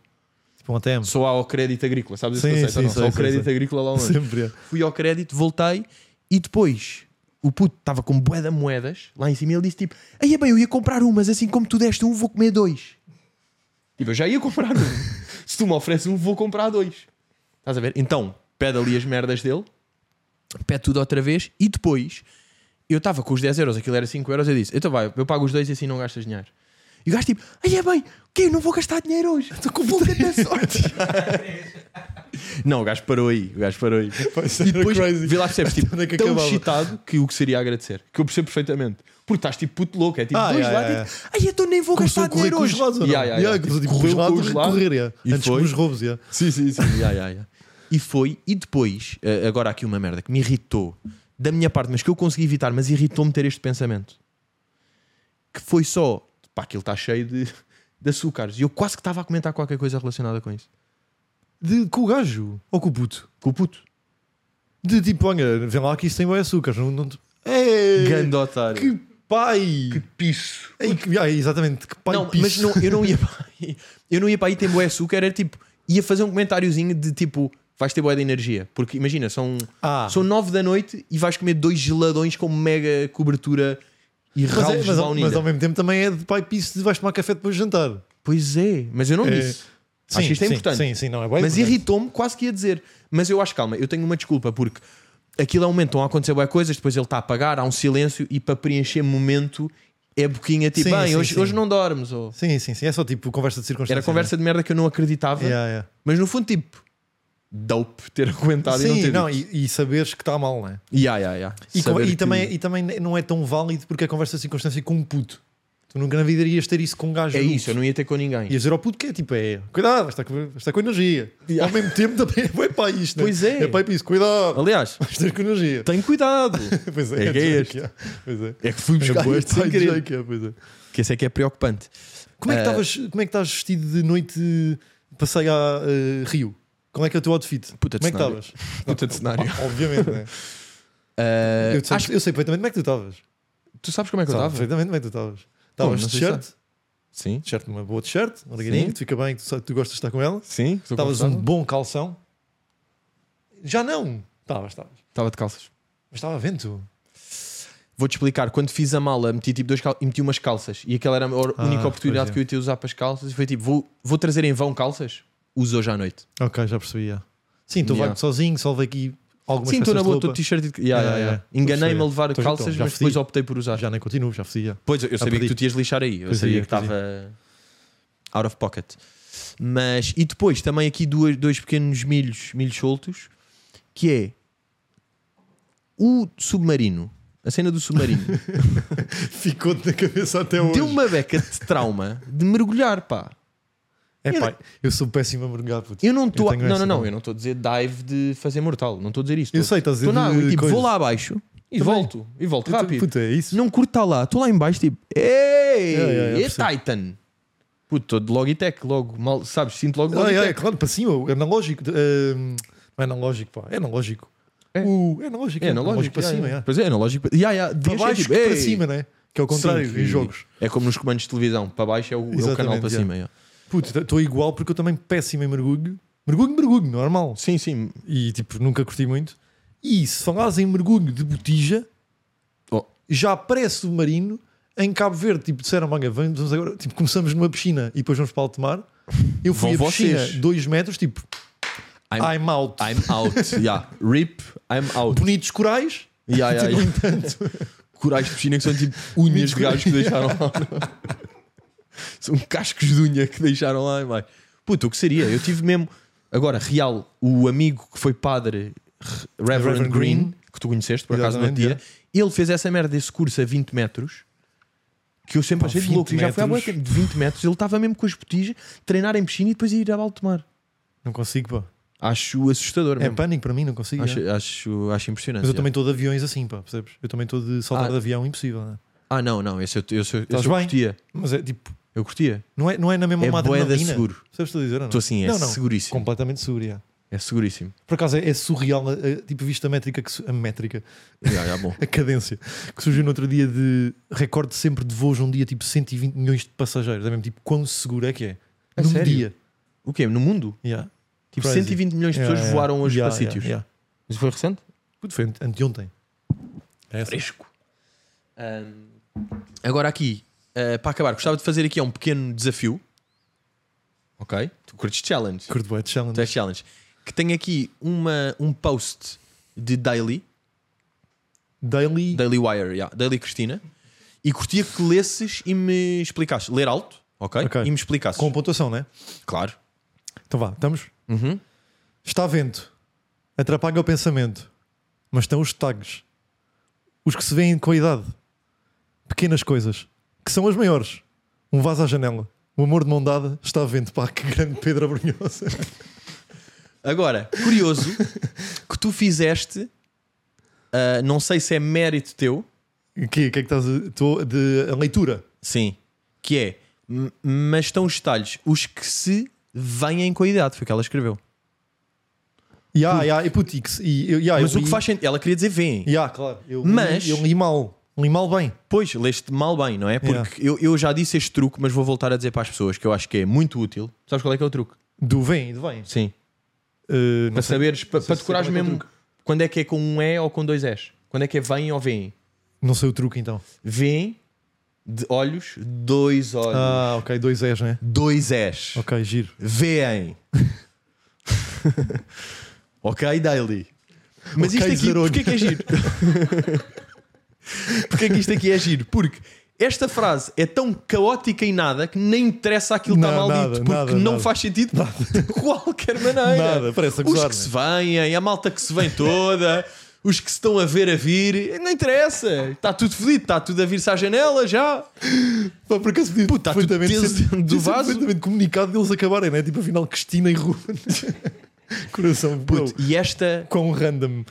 Tipo um ATM. só ao crédito agrícola, sabes Sim, esse conceito? sim, ou Então, não? sei, só ao sei, crédito sei. agrícola lá longe. Sempre. yeah. Fui ao crédito, voltei e depois o puto estava com bué de moedas lá em cima e ele disse tipo: Aí é bem, eu ia comprar um, mas assim como tu deste um, vou comer dois. Tipo, eu já ia comprar um. Se tu me ofereces um, vou comprar dois. Estás a ver? Então, pede ali as merdas dele, pede tudo outra vez e depois eu estava com os 10 euros, aquilo era 5 euros. Eu disse: Então vai, eu pago os dois e assim não gastas dinheiro. E o gajo tipo: Aí é bem, o quê? Eu não vou gastar dinheiro hoje. Estou com pouca sorte. Não, o gajo parou aí. O gajo parou aí. Pois, E era depois crazy. vê lá percebes tipo, Onde é que tão acabava? excitado que o que seria agradecer. Que eu percebo perfeitamente. Porque estás tipo puto louco, é tipo Ah, dois yeah, lá, yeah, tipo, ai então nem vou Começou a gastar correr dinheiro com os hoje. lados ou não? Yeah, yeah, yeah. começou, tipo, Correu com os com os lados lados. correr, yeah. E Antes foi. dos roubos, yeah. Sim, sim, sim. Ya, ya, ya. E foi, e depois, eh, agora há aqui uma merda que me irritou da minha parte, mas que eu consegui evitar, mas irritou-me ter este pensamento. Que foi só, pá, aquilo está cheio de, de açúcares. E eu quase que estava a comentar qualquer coisa relacionada com isso. De, com o gajo ou com o puto? Com o puto. De tipo, olha, vem lá que isso tem boi açúcar. Não, não... te- Ei, Ganda otário. que pai! piso. Ei, que- ah, exatamente, que pai Não, piso. mas não, eu não ia para aí. Eu não ia para aí ter boé açúcar, era tipo, ia fazer um comentáriozinho de tipo, vais ter boé de energia. Porque imagina, são, Ah. são 9 da noite e vais comer dois geladões com mega cobertura e Mas, é- ralhos de mas, ao, mas baunilha. ao mesmo tempo também é de pai piso de vais tomar café depois de jantar. Pois é, mas eu não É, disse. Acho que isto é sim, importante. Sim, sim, não é bem mas importante. irritou-me, quase que ia dizer. Mas eu acho, calma, eu tenho uma desculpa porque aquilo é um momento, estão a acontecer boas coisas, depois ele está a apagar, há um silêncio e para preencher momento é boquinha tipo, Sim, bem, sim, hoje, sim. hoje não dormes. Ou... Sim, sim, sim. É só tipo conversa de circunstância. Era conversa de merda que eu não acreditava. Né? Yeah, yeah. Mas no fundo, tipo, dope ter aguentado e Tá, não Sim, ter. não, dito. e, e saberes que está mal, né? Ya, ya, ya. E, com- Saber e que- também, e também não é tão válido porque é conversa de circunstância com um puto. Tu nunca na vida irias ter isso com um gajo. É adulto. isso, eu não ia ter com ninguém. E dizer ao puto que é tipo, é cuidado, vai estar com, vai estar com energia. Yeah. Ao mesmo tempo também é bué para isto, né? Pois é. É para isso, cuidado, Aliás, vais ter com energia. tem cuidado. Pois É que é dizer este. que Pois é. É que fui buscar bué isto sem pai querer. dizer que é, pois é. Que esse é que é preocupante. Como é que Eh, estavas- como é que estás vestido de noite de passeio a eh, Rio? Como é que é o teu outfit? Puta de como é que cenário. estavas? Puta de cenário. Ah, Obviamente, né? Ah, eu, sei, acho que eu sei perfeitamente como é que tu estavas. tu sabes como é que eu Sabe estava? perfeitamente como é que tu estavas. Como? Estavas Não de sei t-shirt, Sim. t-shirt, uma boa t-shirt, um organinho, Sim. que te fica bem, que tu, sa- tu gostas de estar com ela. Sim. estou Estavas um confortável. bom calção. Já não. Estavas, estavas. Estava de calças. Mas estava vento. um- Vou-te explicar. Quando fiz a mala, meti tipo dois cal... e meti umas calças. E aquela era a or- Ah, única oportunidade pois é. que eu ia ter de usar para as calças. E foi tipo, vou, vou trazer em vão calças? Uso hoje à noite. Ok, já percebi. já. Sim, estou Yeah. vago sozinho, só levei aqui algumas Sim, estou na peças de boa, estou roupa. de t-shirt e de. Ya, Ya, ya, ya, ya. ya. Enganei-me a Estou a levar perceber. calças, Então, já mas fui. depois optei por usar. Já nem continuo, já fui. já. Pois, eu sabia que perdi. tu te ias lixar aí. Eu Pois é sabia ia, que pois estava out of pocket. Mas, e depois também aqui duas, dois pequenos milhos, milhos soltos, que é o submarino, a cena do submarino, Ficou-te na cabeça até hoje. deu uma beca de trauma de mergulhar, pá. É pá, eu sou péssimo a mergulhar, puto. Eu não estou. a- tenho Não, essa não, não, também. eu não estou a dizer dive de fazer mortal, não estou a dizer isto. Eu Estou- sei, estás a dizer estou na de- água e, de tipo, coisas. vou lá abaixo e Também. volto, e volto Eu tô- rápido. Puto, é isso. Não curto estar lá, estou lá em baixo tipo, ei, Yeah, yeah, yeah, é percebo. Titan. Puto, estou de Logitech, logo, mal, sabes, sinto logo Ah, Logitech. é, é, claro, para cima, o analógico. de- ah, não é analógico, pá. É analógico. É. O, é analógico. É, analógico para cima, é. Pois é, analógico para yeah, yeah, Para deixa, baixo tipo, que para ei. cima, né? Que é o contrário Sim, em e- jogos. É como nos comandos de televisão, para baixo é o, é o canal Exatamente, para yeah. cima. yeah. Puto, estou igual porque eu também péssimo em mergulho. Mergulho, mergulho, normal. Sim, sim. E tipo, nunca curti muito. E se falares em mergulho de botija, Oh. já pré-submarino, em Cabo Verde, tipo, disseram, manga, vamos agora, tipo, começamos numa piscina e depois vamos para o alto mar. Eu fui Vão à piscina, vocês. dois metros, tipo, I'm, I'm, out. I'm out. yeah. Rip, I'm out. Bonitos corais, Yeah, yeah, no yeah. entanto, Corais de piscina que são tipo unhas de gajos que deixaram lá. são cascos de unha que deixaram lá. Vai. Puta, o que seria? Eu tive mesmo. Agora, real, o amigo que foi padre, R- Reverend, Reverend Green, Green. que tu conheceste por acaso na Exatamente, tia, ele fez essa merda, esse curso a 20 metros. Que eu sempre Pá, achei de 20 louco. E Já foi há muito metros. tempo, de 20 metros. Ele estava mesmo com as botijas, treinar em piscina e depois ir ao alto mar. Não consigo, pá. Acho assustador É mesmo. pânico para mim, não consigo. é. acho, acho, acho impressionante. Mas eu já. também estou de aviões assim, pá, percebes? Eu também estou de saltar Ah. de avião, impossível, né? Ah, não, não. Esse eu, eu, eu, eu, Estás bem? curtia. Mas é tipo, Eu Eu curtia. Não é, não é na mesma É bué da adrenalina. seguro. Sabes o que estou a dizer? ou não? Estou assim, é Não, não. seguríssimo. Completamente seguro, yeah. É seguríssimo. Por acaso é, é surreal, eh, eh, tipo, visto a métrica, que su- a métrica, Já, já, bom. a cadência, que surgiu no outro dia de recorde sempre de voos num dia, tipo 120 milhões de passageiros. É mesmo tipo, quão seguro é que é? A num sério? dia. O quê? No mundo? Yeah. Tipo, Crazy. 120 milhões de Yeah, pessoas yeah. voaram hoje Yeah, para yeah, sítios. yeah. Isso foi recente? Puto, foi ante- anteontem. É essa. fresco. Ahm, agora aqui, ah, para acabar, gostava de fazer aqui um pequeno desafio. Ok? Tu curtes challenge. Curto bué de challenge. Tu és challenge. Que tem aqui uma, um post de Daily, Daily. Daily Wire, yeah, Daily Cristina, e curtia que lesses e me explicasses. Ler alto, ok? Ok. E me explicasses. Com pontuação, né? Claro. Então vá, estamos. Uhum. Está vento. Atrapalha o pensamento. Mas estão os tags. Os que se veem com a idade. Pequenas coisas. Que são as maiores. Um vaso à janela. O amor de mão dada está vento. Pá, que grande Pedra Brunhosa. Agora, curioso que tu fizeste, ah, não sei se é mérito teu, O quê? O que é que estás a... Estou de... a leitura. Sim. Que é, "M- mas estão os detalhes, os que se vêm com a idade, foi o que ela escreveu. Ya, ya, e puto, e que se- e eu- ya, mas eu o que li- faz sentido, ela queria dizer vêm. Ya, claro. Eu Mas- Li, eu li mal. Li mal bem. Pois, leste mal bem, não é? Porque Yeah. eu, eu já disse este truque, mas vou voltar a dizer para as pessoas que eu acho que é muito útil. Sabes qual é que é o truque? Do vem e do vem. Sim. Uh, não Para sei. saberes, para, para sei decorares qual é que é o mesmo quando é que é com um E ou com dois S. Quando é que é vêm ou vêm. Não sei o truque então. Vêm de olhos, dois olhos. Ah, ok, dois és, né? Dois S. Ok, giro. Vêem. ok, Daily. Mas Ok, isto aqui, Zarolho. porquê que é giro? porquê que isto aqui é giro? Porque esta frase é tão caótica em nada que nem interessa aquilo que está mal Não, nada, dito, porque nada, não nada. faz sentido de qualquer maneira. Nada, parece é? a Os gozar, que se vêm, a malta que se vem toda, os que se estão a ver a vir, não interessa. Está tudo fodido, está tudo a vir-se à janela já. Pá, por acaso podia Puta, tá tudo perfeitamente tenso dentro do podia ser vaso. perfeitamente comunicado deles acabarem, né? Tipo, afinal, Cristina e Ruben. Coração, bro. Puto, e esta Quão random.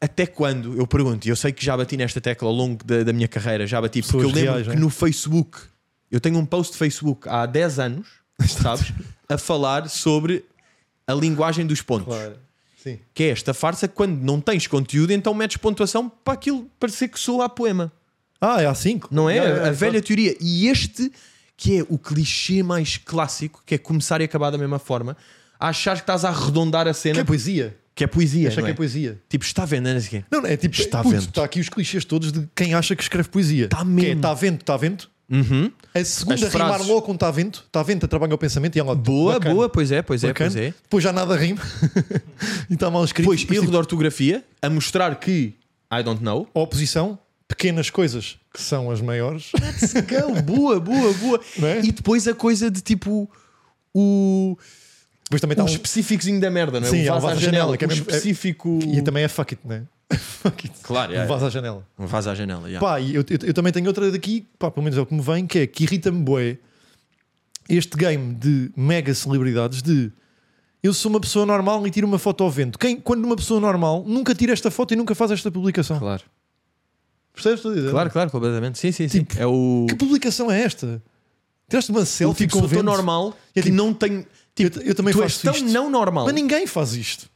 até quando, eu pergunto, e eu sei que já bati nesta tecla ao longo da, da minha carreira, já bati, porque Pessoas eu lembro reais, que né? no Facebook, eu tenho um post de Facebook há 10 anos, sabes, a falar sobre a linguagem dos pontos. Sim. Que é esta farsa, que quando não tens conteúdo, então metes pontuação para aquilo parecer que soa a poema. Ah, é a 5. Não é? a velha teoria. E este, que é o clichê mais clássico, que é começar e acabar da mesma forma, achar que estás a arredondar a Que cena, é poesia. que é poesia, Achar não que é? é poesia. Tipo, está vendendo, não sei o quê. Não, não, é tipo, Está puto, vento. Está aqui os clichês todos de quem acha que escreve poesia. Tá Que é, mesmo. Uhum. está vento, está vento. A segunda As rimar frases. logo com tá está vento, está vento, atrapalha o pensamento e ela Boa, bacana, boa, pois é, pois é, bacana. pois é. Depois já nada rima e está mal escrito. Pois, Depois, erro tipo, de ortografia a mostrar que I don't know. oposição, pequenas coisas que são as maiores. boa, boa, boa. Não é? E depois a coisa de tipo o, Depois também o está um- específicozinho da merda, não Então, é? Sim, o é vaso à janela, que é mesmo- é- específico. E também é fuck it, né? fuck it. Claro, Um é. vaso à janela. Um vaso à janela, yeah. Pá, e eu, eu- eu também tenho outra daqui, pá, pelo menos é o que me vem, que é que irrita-me bué este game de mega celebridades de eu sou uma pessoa normal e tiro uma foto ao vento. Quem, quando uma pessoa normal nunca tira esta foto e nunca faz esta publicação. Claro. Percebes? o que eu estou a dizer? Claro, claro, completamente. Sim, sim, sim. Tipo, é o, Que publicação é esta? Tiraste uma o selfie tipo com sou o vento? tão normal que É tipo, não tenho. Tipo, eu, eu também tu és faço tão isto. não normal. Mas ninguém faz isto.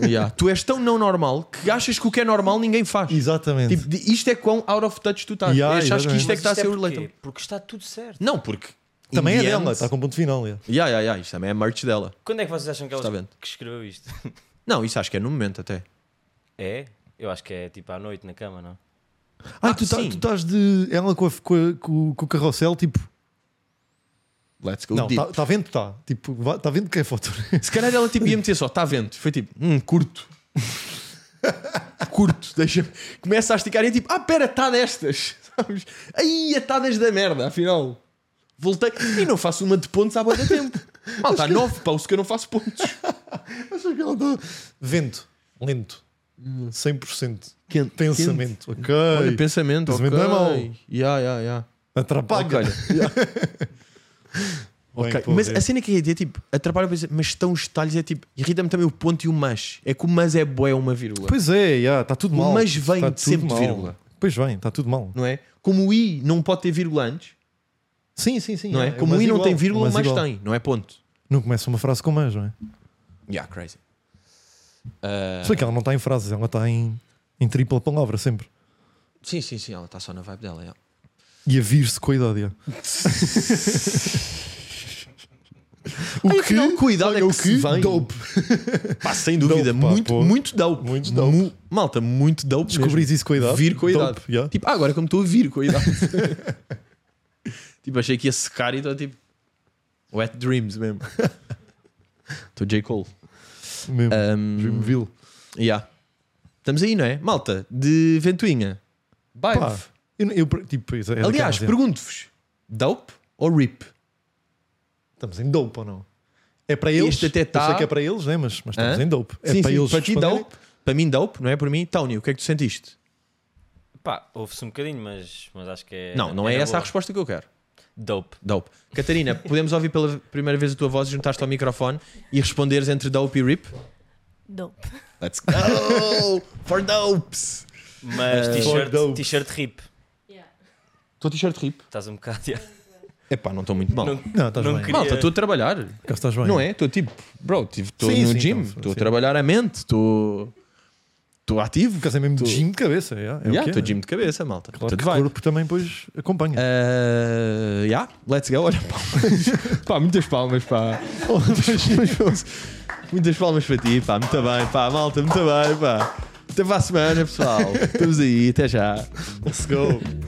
Yeah. Tu és tão não normal que achas que o que é normal ninguém faz. Exatamente. Tipo, de- isto é quão out of touch tu estás. Yeah, achas que exatamente. isto é que está a ser o porquê? relatable. Porque está tudo certo. Não, porque. in também é the dela, end- está com ponto final. é. Ya, ya, ya, isto também é merch dela. Quando é que vocês acham que ela Está vendo. que escreveu isto? Não, isso acho que é no momento até. É? Eu acho que é tipo à noite na cama, não? Ah, Ah, tu, tá- sim. tu estás de. Ela com, a- com a- com o- com o carrossel, tipo. Let's go Não, deep. está tá vendo? Está. Tipo, está vendo que é foto. Se calhar ela tipo ia meter só, está vento. Foi tipo, hum, curto. curto, deixa Começa a esticar e é tipo, ah, pera, está destas. Sabes? Aí, é, está das da merda, afinal. Voltei. E não faço uma de pontos há muito tempo. Mal, está nove paus que eu não faço pontos. Achas que ela está. Vento. Lento. 100%. Hum. Quente, Pensamento. Ok. Olha, pensamento. Pensamento não é mau. ok. Ya, ya, ya. Atrapalha. Ok. Bem, Ok, pô, mas é. a cena que eu ia dizer, tipo, atrapalha, mas- mas estão os detalhes, é tipo, irrita-me também o ponto e o mas. É que o mas é boé uma vírgula, Pois é, está tudo mal. mas vem Tá tudo sempre de mal. vírgula. Pois vem, está tudo mal. não é? Como o i não pode ter vírgula antes, Sim, sim, sim. não é? yeah, Como mas o i não igual, tem vírgula, mas, igual. tem, não é ponto. Não começa uma frase com mas, não é? Yeah, crazy. Ah, Só que ela não está em frases, ela está em, em tripla palavra sempre. sim, sim, sim, tá ela está só na vibe dela. é. yeah. E a vir-se com a idade. yeah. o Ai, afinal, com a idade olha, é que o se que? vem. Dope. Pá, sem dúvida, Dope, pá, muito, pô. muito dope. Muito dope. Mu- malta, muito dope. Descobris mesmo. isso com a idade? Vir com a Dope, idade. yeah. Tipo, ah, agora como estou a vir com a idade. tipo, achei que ia secar e estou tipo. Wet Dreams mesmo. Estou J. Cole. Mesmo. Um, Dreamville. yeah. Estamos aí, não é? Malta, de Ventoinha. Bye. Pá, eu, eu- tipo, pois é, é Aliás, daquelas, yeah. pergunto-vos: dope ou rip? Estamos em dope ou não? É para eles. Este até Eu sei tá- que é para eles, né? mas, mas estamos Hã? em dope. É Sim, para sim, eles. para ti, responderem. dope. Para mim, dope, não é? Para mim, Tony, o que é que tu sentiste? Pá, ouve-se um bocadinho, mas, mas acho que é. não, não é na essa a boa. resposta que eu quero. Dope. Dope. Catarina, podemos ouvir pela primeira vez a tua voz, juntar-te ao microfone e responderes entre dope e rip? Dope. Let's go! For dopes! Mas For dope. t-shirt, t-shirt hip. Estou t-shirt rip. Estás um bocado. yeah. Epá, não estou muito mal. Não, Não, estás Não bem. queria- Malta, estou a trabalhar. Cá estás bem. Não é? Estou tipo, bro, estou Sim, no sim, gym, então, estou a sim. trabalhar a mente, estou. Estou ativo. Fica mesmo Tu- gym de cabeça. Yeah. É Estou o que é, né? gym de cabeça, malta. Claro Tudo que vai. o corpo também, pois, acompanha. Uh, yeah, let's go. Olha, palmas. pá, muitas palmas, pá. muitas palmas para ti, pá. Muito bem, pá. Malta, muito bem, pá. Até para a semana, pessoal. Estamos aí, até já. Let's go.